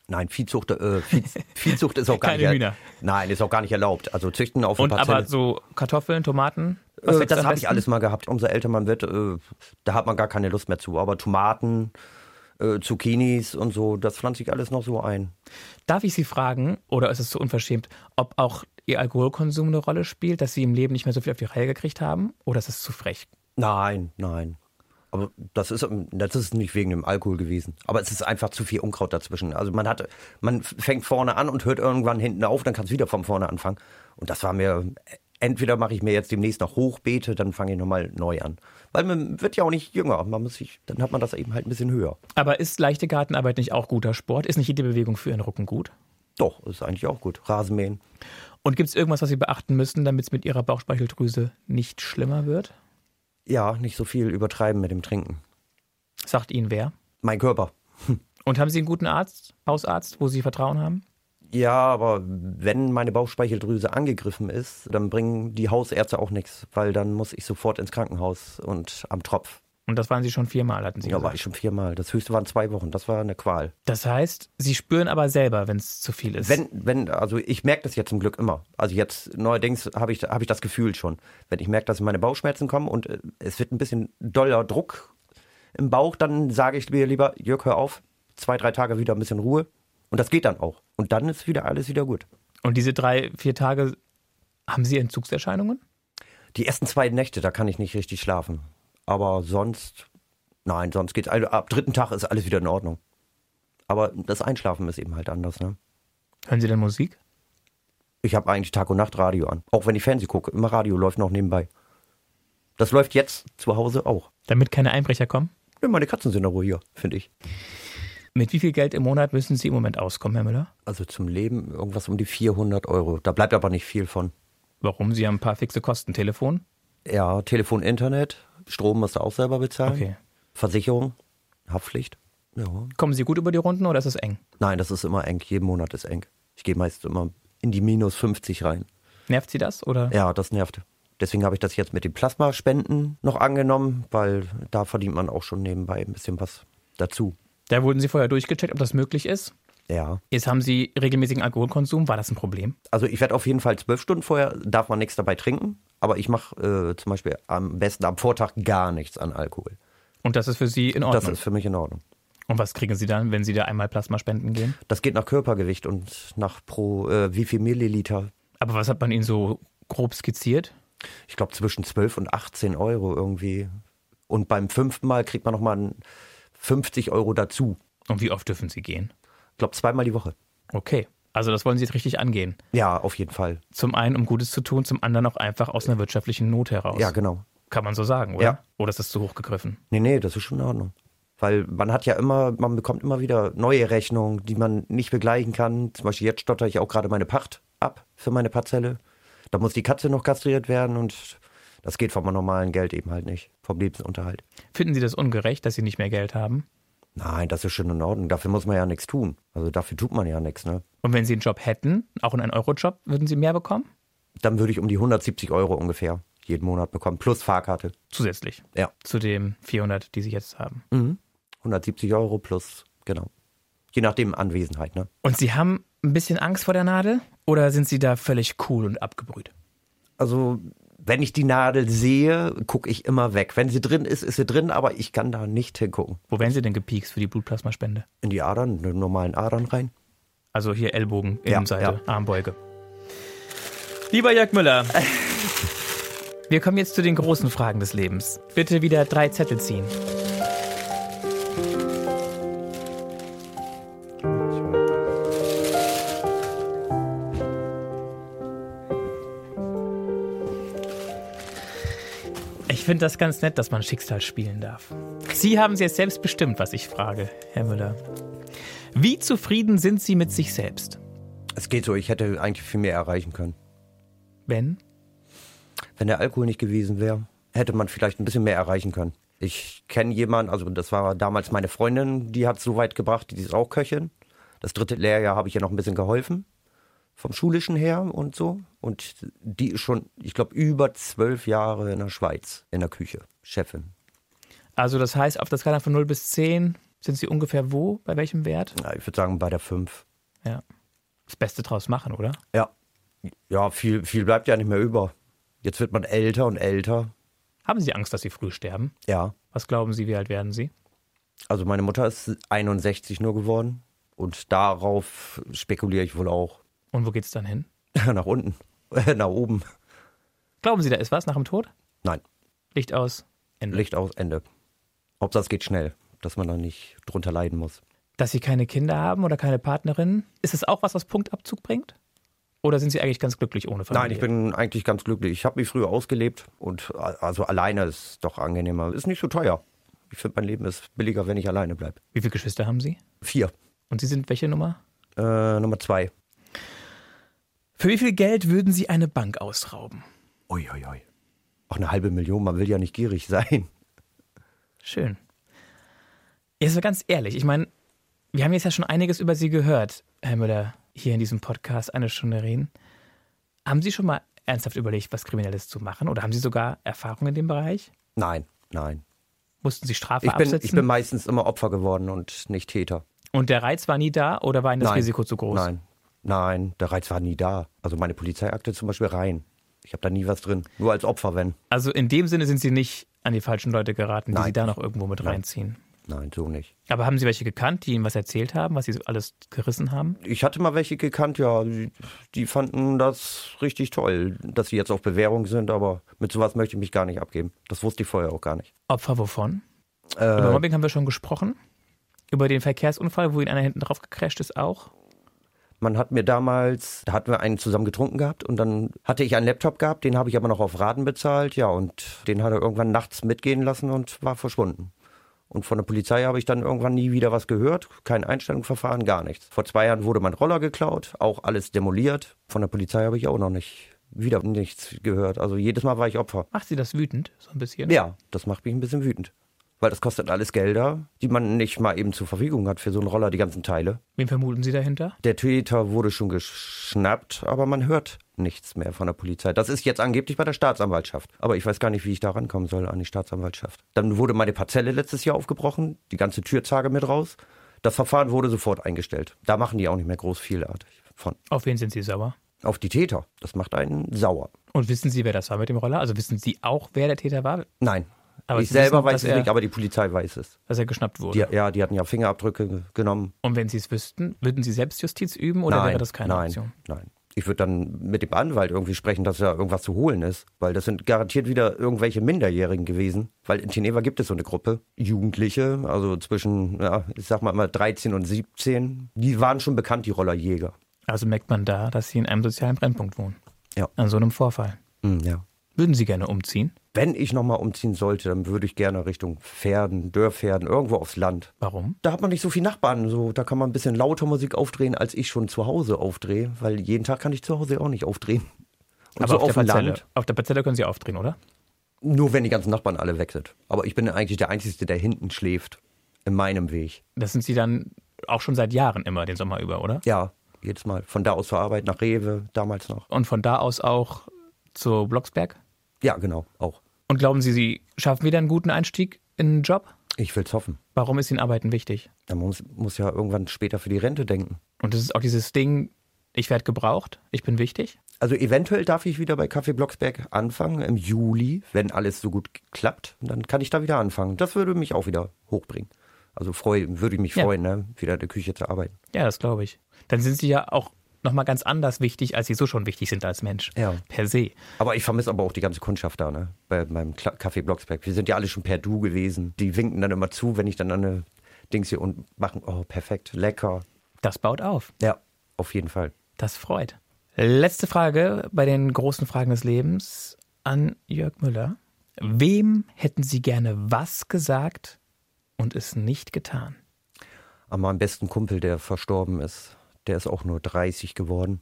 Speaker 5: Nein, Viehzucht, äh, Vieh, Viehzucht ist auch gar
Speaker 6: Keine
Speaker 5: nicht.
Speaker 6: Hühner.
Speaker 5: Nein, ist auch gar nicht erlaubt. Also züchten auf
Speaker 6: Und
Speaker 5: ein paar
Speaker 6: aber so Kartoffeln, Tomaten?
Speaker 5: äh,
Speaker 6: wächst
Speaker 5: das
Speaker 6: am
Speaker 5: habe
Speaker 6: besten?
Speaker 5: ich alles mal gehabt. Umso älter man wird, äh, da hat man gar keine Lust mehr zu. Aber Tomaten, äh, Zucchinis und so, das pflanze ich alles noch so ein.
Speaker 6: Darf ich Sie fragen, oder ist es zu unverschämt, ob auch Ihr Alkoholkonsum eine Rolle spielt, dass Sie im Leben nicht mehr so viel auf die Reihe gekriegt haben? Oder ist es zu frech?
Speaker 5: Nein, nein. Aber das ist, das ist nicht wegen dem Alkohol gewesen. Aber es ist einfach zu viel Unkraut dazwischen. Also man hat, man fängt vorne an und hört irgendwann hinten auf, dann kannst du wieder von vorne anfangen. Und das war mir, entweder mache ich mir jetzt demnächst noch Hochbeete, dann fange ich nochmal neu an. Weil man wird ja auch nicht jünger. Man muss sich, dann hat man das eben halt ein bisschen höher.
Speaker 6: Aber ist leichte Gartenarbeit nicht auch guter Sport? Ist nicht jede Bewegung für Ihren Rücken gut?
Speaker 5: Doch, ist eigentlich auch gut. Rasenmähen.
Speaker 6: Und gibt es irgendwas, was Sie beachten müssen, damit es mit Ihrer Bauchspeicheldrüse nicht schlimmer wird?
Speaker 5: Ja, nicht so viel übertreiben mit dem Trinken.
Speaker 6: Sagt Ihnen wer?
Speaker 5: Mein Körper.
Speaker 6: Und haben Sie einen guten Arzt, Hausarzt, wo Sie Vertrauen haben?
Speaker 5: Ja, aber wenn meine Bauchspeicheldrüse angegriffen ist, dann bringen die Hausärzte auch nichts, weil dann muss ich sofort ins Krankenhaus und am Tropf.
Speaker 6: Und das waren Sie schon viermal, hatten Sie
Speaker 5: Ja, war
Speaker 6: gesagt.
Speaker 5: ich schon viermal. Das höchste waren zwei Wochen. Das war eine Qual.
Speaker 6: Das heißt, Sie spüren aber selber, wenn es zu viel ist.
Speaker 5: Wenn, wenn, also ich merke das jetzt zum Glück immer. Also jetzt neuerdings habe ich, habe ich das Gefühl schon. Wenn ich merke, dass meine Bauchschmerzen kommen und äh, es wird ein bisschen doller Druck im Bauch, dann sage ich mir lieber, Jörg, hör auf, zwei, drei Tage wieder ein bisschen Ruhe. Und das geht dann auch. Und dann ist wieder alles wieder gut.
Speaker 6: Und diese drei, vier Tage, haben Sie Entzugserscheinungen?
Speaker 5: Die ersten zwei Nächte, da kann ich nicht richtig schlafen. Aber sonst, nein, sonst geht's. Also ab dritten Tag ist alles wieder in Ordnung. Aber das Einschlafen ist eben halt anders, ne?
Speaker 6: Hören Sie denn Musik?
Speaker 5: Ich habe eigentlich Tag und Nacht Radio an. Auch wenn ich Fernsehen gucke, immer Radio läuft noch nebenbei. Das läuft jetzt zu Hause auch.
Speaker 6: Damit keine Einbrecher kommen?
Speaker 5: Ja, meine Katzen sind in Ruhe hier, finde ich.
Speaker 6: Mit wie viel Geld im Monat müssen Sie im Moment auskommen, Herr Müller?
Speaker 5: Also zum Leben irgendwas um die 400 Euro. Da bleibt aber nicht viel von.
Speaker 6: Warum? Sie haben ein paar fixe Kosten. Telefon?
Speaker 5: Ja, Telefon, Internet, Strom musst du auch selber bezahlen.
Speaker 6: Okay.
Speaker 5: Versicherung, Haftpflicht. Ja.
Speaker 6: Kommen Sie gut über die Runden oder ist es eng?
Speaker 5: Nein, das ist immer eng. Jeden Monat ist eng. Ich gehe meist immer in die minus 50 rein.
Speaker 6: Nervt Sie das? Oder?
Speaker 5: Ja, das nervt. Deswegen habe ich das jetzt mit den Plasmaspenden noch angenommen, weil da verdient man auch schon nebenbei ein bisschen was dazu.
Speaker 6: Da wurden Sie vorher durchgecheckt, ob das möglich ist.
Speaker 5: Ja.
Speaker 6: Jetzt haben Sie regelmäßigen Alkoholkonsum. War das ein Problem?
Speaker 5: Also ich werde auf jeden Fall zwölf Stunden vorher, darf man nichts dabei trinken, aber ich mache äh, zum Beispiel am besten am Vortag gar nichts an Alkohol.
Speaker 6: Und das ist für Sie in
Speaker 5: Das
Speaker 6: Ordnung.
Speaker 5: ist für mich in Ordnung.
Speaker 6: Und was kriegen Sie dann, wenn Sie da einmal Plasma spenden gehen?
Speaker 5: Das geht nach Körpergewicht und nach pro äh, wie viel Milliliter.
Speaker 6: Aber was hat man Ihnen so grob skizziert?
Speaker 5: ich glaube, zwischen 12 und 18 Euro irgendwie. Und beim fünften Mal kriegt man nochmal 50 Euro dazu.
Speaker 6: Und wie oft dürfen Sie gehen?
Speaker 5: Ich glaube, zweimal die Woche.
Speaker 6: Okay. Also das wollen Sie jetzt richtig angehen.
Speaker 5: Ja, auf jeden Fall.
Speaker 6: Zum einen, um Gutes zu tun, zum anderen auch einfach aus einer wirtschaftlichen Not heraus.
Speaker 5: Ja, genau.
Speaker 6: Kann man so sagen, oder?
Speaker 5: Ja.
Speaker 6: Oder ist das zu hoch gegriffen?
Speaker 5: Nee, nee, das ist schon in Ordnung. Weil man hat ja immer, man bekommt immer wieder neue Rechnungen, die man nicht begleichen kann. Zum Beispiel jetzt stotter ich auch gerade meine Pacht ab für meine Parzelle. Da muss die Katze noch kastriert werden und das geht vom normalen Geld eben halt nicht, vom Lebensunterhalt.
Speaker 6: Finden Sie das ungerecht, dass Sie nicht mehr Geld haben?
Speaker 5: Nein, das ist schon in Ordnung. Dafür muss man ja nichts tun. Also dafür tut man ja nichts, ne?
Speaker 6: Und wenn Sie einen Job hätten, auch in einen Euro-Job, würden Sie mehr bekommen?
Speaker 5: dann würde ich um die 170 Euro ungefähr jeden Monat bekommen, plus Fahrkarte.
Speaker 6: Zusätzlich
Speaker 5: Ja,
Speaker 6: zu den 400, die Sie jetzt haben.
Speaker 5: Hm. 170 Euro plus, genau. Je nachdem Anwesenheit, ne?
Speaker 6: Und Sie haben ein bisschen Angst vor der Nadel? Oder sind Sie da völlig cool und abgebrüht?
Speaker 5: Also, wenn ich die Nadel sehe, gucke ich immer weg. Wenn sie drin ist, ist sie drin, aber ich kann da nicht hingucken.
Speaker 6: Wo wären Sie denn gepiekst für die Blutplasmaspende?
Speaker 5: In die Adern, in den normalen Adern rein.
Speaker 6: Also hier Ellbogen,
Speaker 5: Ja,
Speaker 6: Innenseite, Armbeuge. Lieber Jörg Müller, wir kommen jetzt zu den großen Fragen des Lebens. Bitte wieder drei Zettel ziehen. Ich finde das ganz nett, dass man Schicksal spielen darf. Sie haben es jetzt selbst bestimmt, was ich frage, Herr Müller. Wie zufrieden sind Sie mit sich selbst?
Speaker 5: Es geht so, ich hätte eigentlich viel mehr erreichen können.
Speaker 6: Wenn?
Speaker 5: Wenn der Alkohol nicht gewesen wäre, hätte man vielleicht ein bisschen mehr erreichen können. Ich kenne jemanden, also das war damals meine Freundin, die hat es so weit gebracht, die ist auch Köchin. Das dritte Lehrjahr habe ich ihr noch ein bisschen geholfen, vom schulischen her und so. Und die ist schon, ich glaube, über zwölf Jahre in der Schweiz, in der Küche, Chefin.
Speaker 6: Also das heißt, auf der Skala von 0 bis 10 sind sie ungefähr wo? Bei welchem Wert?
Speaker 5: Ja, ich würde sagen, bei der fünf.
Speaker 6: Ja. Das Beste draus machen, oder?
Speaker 5: Ja. Ja, viel, viel bleibt ja nicht mehr über. Jetzt wird man älter und älter.
Speaker 6: Haben Sie Angst, dass Sie früh sterben?
Speaker 5: Ja.
Speaker 6: Was glauben Sie, wie alt werden Sie?
Speaker 5: Also meine Mutter ist 61 nur geworden. Und darauf spekuliere ich wohl auch.
Speaker 6: Und wo geht's dann hin?
Speaker 5: Nach unten. äh, Nach oben.
Speaker 6: Glauben Sie, da ist was nach dem Tod?
Speaker 5: Nein.
Speaker 6: Licht aus. Ende.
Speaker 5: Licht aus, Ende. Hauptsache es geht schnell, dass man da nicht drunter leiden muss.
Speaker 6: Dass Sie keine Kinder haben oder keine Partnerin, ist es auch was, was Punktabzug bringt? Oder sind Sie eigentlich ganz glücklich ohne Familie?
Speaker 5: Nein, ich bin eigentlich ganz glücklich. Ich habe mich früher ausgelebt und a- also alleine ist doch angenehmer. Ist nicht so teuer. Ich finde, mein Leben ist billiger, wenn ich alleine bleibe.
Speaker 6: Wie viele Geschwister haben Sie?
Speaker 5: Vier.
Speaker 6: Und Sie sind welche Nummer?
Speaker 5: Äh, Nummer zwei.
Speaker 6: Für wie viel Geld würden Sie eine Bank ausrauben?
Speaker 5: Uiuiui. Ui, ui. Auch eine halbe Million, man will ja nicht gierig sein.
Speaker 6: Schön. Jetzt mal ganz ehrlich, ich meine, wir haben jetzt ja schon einiges über Sie gehört, Herr Müller, hier in diesem Podcast eine Stunde reden. Haben Sie schon mal ernsthaft überlegt, was Kriminelles zu machen? Oder haben Sie sogar Erfahrung in dem Bereich?
Speaker 5: Nein, nein.
Speaker 6: Mussten Sie Strafe
Speaker 5: Ich bin,
Speaker 6: absetzen?
Speaker 5: ich bin meistens immer Opfer geworden und nicht Täter.
Speaker 6: Und der Reiz war nie da oder war Ihnen das
Speaker 5: Nein.
Speaker 6: Risiko zu groß?
Speaker 5: Nein, nein, der Reiz war nie da. Also meine Polizeiakte zum Beispiel rein. Ich habe da nie was drin. Nur als Opfer, wenn.
Speaker 6: Also in dem Sinne sind Sie nicht an die falschen Leute geraten, die
Speaker 5: Nein.
Speaker 6: Sie da noch irgendwo mit reinziehen.
Speaker 5: Nein, so nicht.
Speaker 6: Aber haben Sie welche gekannt, die Ihnen was erzählt haben, was Sie so alles gerissen haben?
Speaker 5: Ich hatte mal welche gekannt, ja, die, die fanden das richtig toll, dass sie jetzt auf Bewährung sind, aber mit sowas möchte ich mich gar nicht abgeben. Das wusste ich vorher auch gar nicht.
Speaker 6: Opfer wovon? Über
Speaker 5: Äh,
Speaker 6: Mobbing haben wir schon gesprochen. Über den Verkehrsunfall, wo Ihnen einer hinten drauf gecrasht ist, auch.
Speaker 5: man hat mir damals, da hatten wir einen zusammen getrunken gehabt und dann hatte ich einen Laptop gehabt, den habe ich aber noch auf Raten bezahlt, ja, und den hat er irgendwann nachts mitgehen lassen und war verschwunden. Und von der Polizei habe ich dann irgendwann nie wieder was gehört, kein Einstellungsverfahren, gar nichts. Vor zwei Jahren wurde mein Roller geklaut, auch alles demoliert. Von der Polizei habe ich auch noch nicht wieder nichts gehört. Also jedes Mal war ich Opfer.
Speaker 6: Macht Sie das wütend, so ein bisschen?
Speaker 5: Ja, das macht mich ein bisschen wütend. Weil das kostet alles Gelder, die man nicht mal eben zur Verfügung hat für so einen Roller, die ganzen Teile.
Speaker 6: Wen vermuten Sie dahinter?
Speaker 5: Der Täter wurde schon geschnappt, aber man hört nichts mehr von der Polizei. Das ist jetzt angeblich bei der Staatsanwaltschaft. Aber ich weiß gar nicht, wie ich da rankommen soll an die Staatsanwaltschaft. Dann wurde meine Parzelle letztes Jahr aufgebrochen, die ganze Türzage mit raus. Das Verfahren wurde sofort eingestellt. Da machen die auch nicht mehr groß vielartig von.
Speaker 6: Auf wen sind Sie sauer?
Speaker 5: Auf die Täter. Das macht einen sauer.
Speaker 6: Und wissen Sie, wer das war mit dem Roller? Also wissen Sie auch, wer der Täter war,
Speaker 5: Nein.
Speaker 6: Aber
Speaker 5: ich
Speaker 6: Sie
Speaker 5: selber
Speaker 6: wissen, dass
Speaker 5: weiß es
Speaker 6: er-
Speaker 5: nicht, aber die Polizei weiß es.
Speaker 6: dass er geschnappt wurde?
Speaker 5: Die, ja, die hatten ja Fingerabdrücke genommen.
Speaker 6: Und wenn Sie es wüssten, würden Sie Selbstjustiz üben oder
Speaker 5: nein,
Speaker 6: wäre das keine
Speaker 5: nein,
Speaker 6: Option?
Speaker 5: Nein. Ich würde dann mit dem Anwalt irgendwie sprechen, dass da irgendwas zu holen ist. Weil das sind garantiert wieder irgendwelche Minderjährigen gewesen. Weil in Teneva gibt es so eine Gruppe. Jugendliche, also zwischen, ja, ich sag mal immer 13 und 17. Die waren schon bekannt, die Rollerjäger.
Speaker 6: Also merkt man da, dass Sie in einem sozialen Brennpunkt wohnen.
Speaker 5: Ja.
Speaker 6: An so einem Vorfall.
Speaker 5: Hm, ja.
Speaker 6: Würden Sie gerne umziehen?
Speaker 5: Wenn ich nochmal umziehen sollte, dann würde ich gerne Richtung Pferden, Dörrpferden, irgendwo aufs Land.
Speaker 6: Warum?
Speaker 5: Da hat man nicht so viel Nachbarn, so da kann man ein bisschen lauter Musik aufdrehen, als ich schon zu Hause aufdrehe, weil jeden Tag kann ich zu Hause auch nicht aufdrehen. Und so auf,
Speaker 6: der
Speaker 5: dem
Speaker 6: Parzelle,
Speaker 5: Land,
Speaker 6: auf der Parzelle können Sie aufdrehen, oder?
Speaker 5: nur wenn die ganzen Nachbarn alle weg sind. Aber ich bin eigentlich der Einzige, der hinten schläft, in meinem Weg.
Speaker 6: Das sind Sie dann auch schon seit Jahren immer den Sommer über, oder?
Speaker 5: Ja, jedes Mal. Von da aus zur Arbeit, nach Rewe, damals noch.
Speaker 6: Und von da aus auch zu Blocksberg?
Speaker 5: Ja, genau, auch.
Speaker 6: Und glauben Sie, Sie schaffen wieder einen guten Einstieg in einen Job?
Speaker 5: Ich will's hoffen.
Speaker 6: Warum ist Ihnen Arbeiten wichtig?
Speaker 5: Man muss, muss ja irgendwann später für die Rente denken.
Speaker 6: Und das ist auch dieses Ding, ich werde gebraucht, ich bin wichtig.
Speaker 5: Also eventuell darf ich wieder bei Kaffee Blocksberg anfangen im Juli, wenn alles so gut klappt. Und Dann kann ich da wieder anfangen. Das würde mich auch wieder hochbringen. Also freu, würde ich mich
Speaker 6: Ja.
Speaker 5: freuen, ne? wieder in der Küche zu arbeiten.
Speaker 6: Ja, das glaube ich. Dann sind Sie ja auch nochmal ganz anders wichtig, als Sie so schon wichtig sind als Mensch.
Speaker 5: Ja.
Speaker 6: Per se.
Speaker 5: Aber ich vermisse aber auch die ganze Kundschaft da, ne? Bei meinem Kla- Kaffee Blocksberg. Wir sind ja alle schon per Du gewesen. Die winken dann immer zu, wenn ich dann an eine Dings hier unten machen. Oh, perfekt, lecker.
Speaker 6: Das baut auf.
Speaker 5: Ja, auf jeden Fall.
Speaker 6: Das freut. Letzte Frage bei den großen Fragen des Lebens an Jörg Müller. Wem hätten Sie gerne was gesagt und es nicht getan?
Speaker 5: An meinem besten Kumpel, der verstorben ist, der ist auch nur 30 geworden.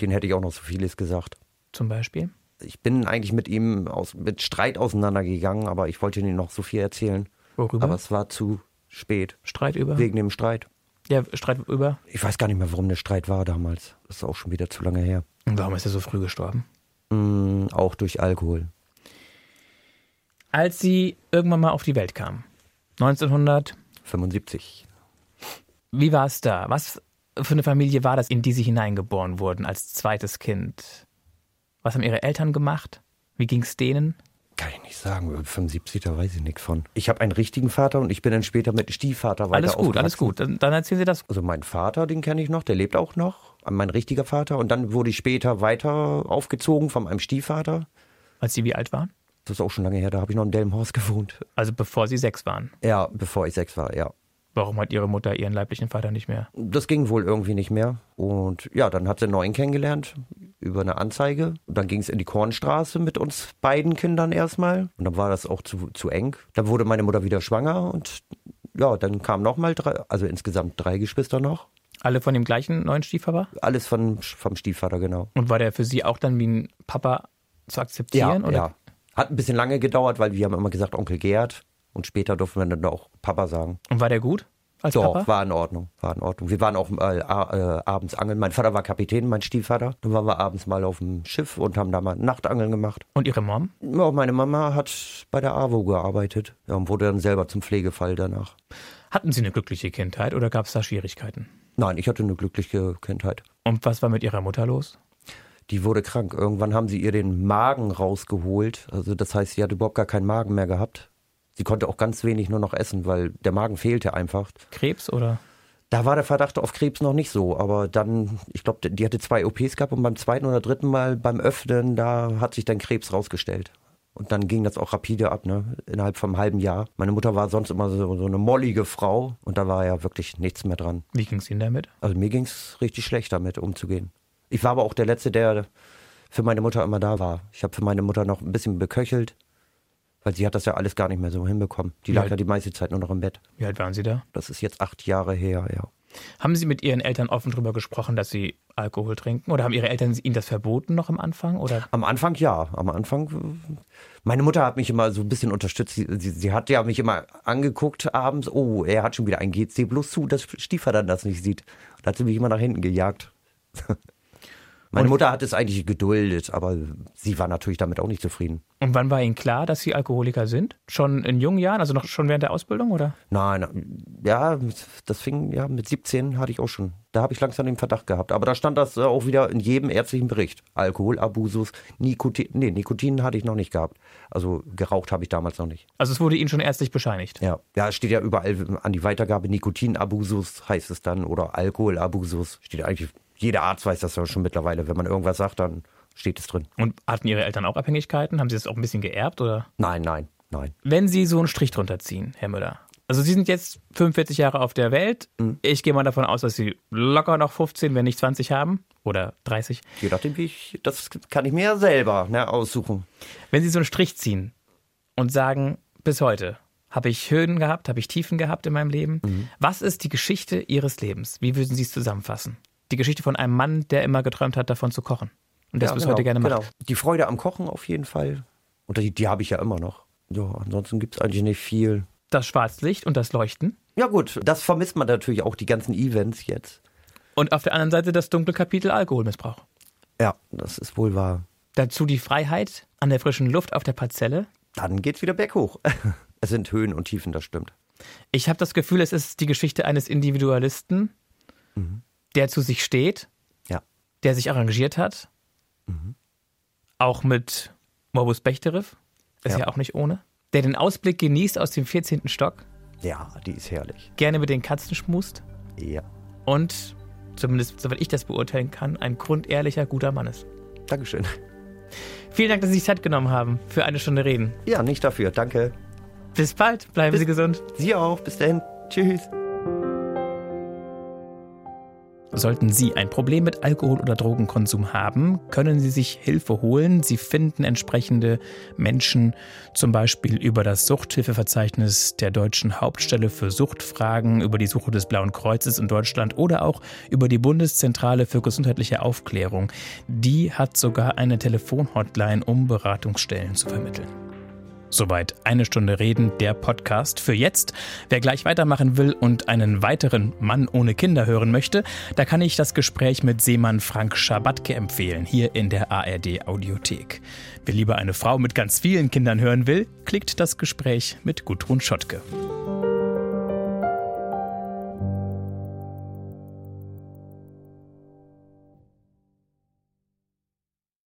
Speaker 5: Den hätte ich auch noch so vieles gesagt.
Speaker 6: Zum Beispiel?
Speaker 5: ich bin eigentlich mit ihm aus, mit Streit auseinandergegangen, aber ich wollte ihm noch so viel erzählen.
Speaker 6: Worüber? Ah.
Speaker 5: Aber es war zu spät.
Speaker 6: Streit über?
Speaker 5: Wegen dem Streit.
Speaker 6: Ja, Streit über.
Speaker 5: Ich weiß gar nicht mehr, warum der Streit war damals. Das ist auch schon wieder zu lange her.
Speaker 6: Und warum ist er so früh gestorben?
Speaker 5: Mm, auch durch Alkohol.
Speaker 6: Als sie irgendwann mal auf die Welt kam, 1900,
Speaker 5: 75.
Speaker 6: wie war es da? Was für eine Familie war das, in die sie hineingeboren wurden als zweites Kind? Was haben ihre Eltern gemacht? Wie ging es denen?
Speaker 5: Kann ich nicht sagen. Über 75, da weiß ich nichts von. Ich habe einen richtigen Vater und ich bin dann später mit Stiefvater weiter
Speaker 6: Alles gut, alles
Speaker 5: aufgewachsen.
Speaker 6: gut. Dann, dann erzählen sie das.
Speaker 5: Also mein Vater, den kenne ich noch, der lebt auch noch. Mein richtiger Vater. Und dann wurde ich später weiter aufgezogen von meinem Stiefvater.
Speaker 6: Als sie wie alt waren?
Speaker 5: Das ist auch schon lange her, da habe ich noch in Delmhorst gewohnt.
Speaker 6: Also bevor sie sechs waren.
Speaker 5: Ja, bevor ich sechs war, ja.
Speaker 6: Warum hat ihre Mutter ihren leiblichen Vater nicht mehr?
Speaker 5: Das ging wohl irgendwie nicht mehr. Und ja, dann hat sie einen neuen kennengelernt über eine Anzeige. Und dann ging es in die Kornstraße mit uns beiden Kindern erstmal. Und dann war das auch zu, zu eng. Dann wurde meine Mutter wieder schwanger und ja, dann kamen nochmal drei, also insgesamt drei Geschwister noch.
Speaker 6: Alle von dem gleichen neuen Stiefvater?
Speaker 5: Alles von, vom Stiefvater, genau.
Speaker 6: Und war der für sie auch dann wie ein Papa zu akzeptieren? oder?
Speaker 5: ja. Hat ein bisschen lange gedauert, weil wir haben immer gesagt Onkel Gerd. Und später durften wir dann auch Papa sagen.
Speaker 6: Und war der gut als
Speaker 5: Doch,
Speaker 6: Papa?
Speaker 5: war in Ordnung, war in Ordnung. Wir waren auch mal äh, abends angeln. Mein Vater war Kapitän, mein Stiefvater. Dann waren wir abends mal auf dem Schiff und haben da mal Nachtangeln gemacht.
Speaker 6: Und ihre Mom?
Speaker 5: Ja, und meine Mama hat bei der AWO gearbeitet ja, und wurde dann selber zum Pflegefall danach.
Speaker 6: Hatten sie eine glückliche Kindheit oder gab es da Schwierigkeiten?
Speaker 5: Nein, ich hatte eine glückliche Kindheit.
Speaker 6: Und was war mit ihrer Mutter los?
Speaker 5: Die wurde krank. Irgendwann haben sie ihr den Magen rausgeholt. Also das heißt, sie hatte überhaupt gar keinen Magen mehr gehabt. Sie konnte auch ganz wenig nur noch essen, weil der Magen fehlte einfach.
Speaker 6: Krebs oder?
Speaker 5: Da war der Verdacht auf Krebs noch nicht so, aber dann, ich glaube, die hatte zwei OPs gehabt und beim zweiten oder dritten Mal beim Öffnen, da hat sich dann Krebs rausgestellt. Und dann ging das auch rapide ab, ne? Innerhalb vom halben Jahr. Meine Mutter war sonst immer so, so eine mollige Frau und da war ja wirklich nichts mehr dran.
Speaker 6: Wie ging es ihnen damit?
Speaker 5: Also mir ging es richtig schlecht damit umzugehen. Ich war aber auch der Letzte, der für meine Mutter immer da war. Ich habe für meine Mutter noch ein bisschen beköchelt, weil sie hat das ja alles gar nicht mehr so hinbekommen. Die lag
Speaker 6: Ja.
Speaker 5: ja die meiste Zeit nur noch im Bett.
Speaker 6: Wie alt waren sie da?
Speaker 5: Das ist jetzt acht Jahre her, ja.
Speaker 6: Haben sie mit ihren Eltern offen darüber gesprochen, dass sie Alkohol trinken? Oder haben ihre Eltern ihnen das verboten noch am Anfang? Oder
Speaker 5: Am Anfang ja. Am Anfang. äh, Meine Mutter hat mich immer so ein bisschen unterstützt. Sie, sie, sie hat ja mich immer angeguckt abends. Oh, er hat schon wieder ein GC bloß zu, dass Stiefvater das nicht sieht. Und hat sie mich immer nach hinten gejagt. Meine Mutter hat es eigentlich geduldet, aber sie war natürlich damit auch nicht zufrieden.
Speaker 6: und wann war ihnen klar, dass sie Alkoholiker sind? Schon in jungen Jahren, also noch schon während der Ausbildung, oder?
Speaker 5: Nein, ja, das fing ja mit 17 hatte ich auch schon. Da habe ich langsam den Verdacht gehabt. Aber da stand das äh, auch wieder in jedem ärztlichen Bericht. Alkoholabusus, Nikotin. Nee, Nikotin hatte ich noch nicht gehabt. Also geraucht habe ich damals noch nicht.
Speaker 6: Also es wurde ihnen schon ärztlich bescheinigt.
Speaker 5: Ja, ja, es steht ja überall an die Weitergabe Nikotinabusus heißt es dann oder Alkoholabusus. Steht eigentlich, jeder Arzt weiß das ja schon mittlerweile. Wenn man irgendwas sagt, dann steht es drin.
Speaker 6: Und hatten ihre Eltern auch Abhängigkeiten? Haben sie das auch ein bisschen geerbt, oder?
Speaker 5: Nein, nein, nein.
Speaker 6: wenn Sie so einen Strich drunter ziehen, Herr Müller. Also Sie sind jetzt 45 Jahre auf der Welt.
Speaker 5: Mhm.
Speaker 6: Ich gehe mal davon aus, dass Sie locker noch 15, wenn nicht 20 haben oder 30.
Speaker 5: Je nachdem, wie ich, das kann ich mir ja selber ne, aussuchen.
Speaker 6: Wenn Sie so einen Strich ziehen und sagen, bis heute habe ich Höhen gehabt, habe ich Tiefen gehabt in meinem Leben.
Speaker 5: Mhm.
Speaker 6: Was ist die Geschichte Ihres Lebens? Wie würden Sie es zusammenfassen? Die Geschichte von einem Mann, der immer geträumt hat, davon zu kochen. Und das
Speaker 5: Ja,
Speaker 6: bis
Speaker 5: genau,
Speaker 6: heute gerne macht.
Speaker 5: Genau. Die Freude am Kochen auf jeden Fall. Und die, die habe ich ja immer noch. Ja, ansonsten gibt es eigentlich nicht viel.
Speaker 6: Das Schwarzlicht und das Leuchten.
Speaker 5: Ja gut, das vermisst man natürlich auch, die ganzen Events jetzt.
Speaker 6: Und auf der anderen Seite das dunkle Kapitel Alkoholmissbrauch.
Speaker 5: Ja, das ist wohl wahr.
Speaker 6: Dazu die Freiheit an der frischen Luft auf der Parzelle.
Speaker 5: Dann geht's wieder berghoch. es sind Höhen und Tiefen, das stimmt.
Speaker 6: Ich habe das Gefühl, es ist die Geschichte eines Individualisten, Mhm. der zu sich steht,
Speaker 5: Ja.
Speaker 6: der sich arrangiert hat. Mhm. Auch mit Morbus Bechterew, ist ja.
Speaker 5: Ja.
Speaker 6: auch nicht ohne. Der den Ausblick genießt aus dem 14. Stock,
Speaker 5: Ja, die ist herrlich.
Speaker 6: gerne mit den Katzen schmust
Speaker 5: Ja.
Speaker 6: und, zumindest soweit ich das beurteilen kann, ein grundehrlicher, guter Mann ist.
Speaker 5: Dankeschön.
Speaker 6: Vielen Dank, dass Sie sich Zeit genommen haben für eine Stunde Reden.
Speaker 5: Ja, nicht dafür. Danke.
Speaker 6: Bis bald, bleiben Sie gesund.
Speaker 5: Sie auch. Bis dahin. Tschüss.
Speaker 6: Sollten Sie ein Problem mit Alkohol- oder Drogenkonsum haben, können Sie sich Hilfe holen. Sie finden entsprechende Menschen zum Beispiel über das Suchthilfeverzeichnis der deutschen Hauptstelle für Suchtfragen, über die Suche des Blauen Kreuzes in Deutschland oder auch über die Bundeszentrale für gesundheitliche Aufklärung. Die hat sogar eine Telefonhotline, um Beratungsstellen zu vermitteln. Soweit eine Stunde reden, der Podcast für jetzt. Wer gleich weitermachen will und einen weiteren Mann ohne Kinder hören möchte, da kann ich das Gespräch mit Seemann Frank Schabatke empfehlen, hier in der ARD Audiothek. Wer lieber eine Frau mit ganz vielen Kindern hören will, klickt das Gespräch mit Gudrun Schottke.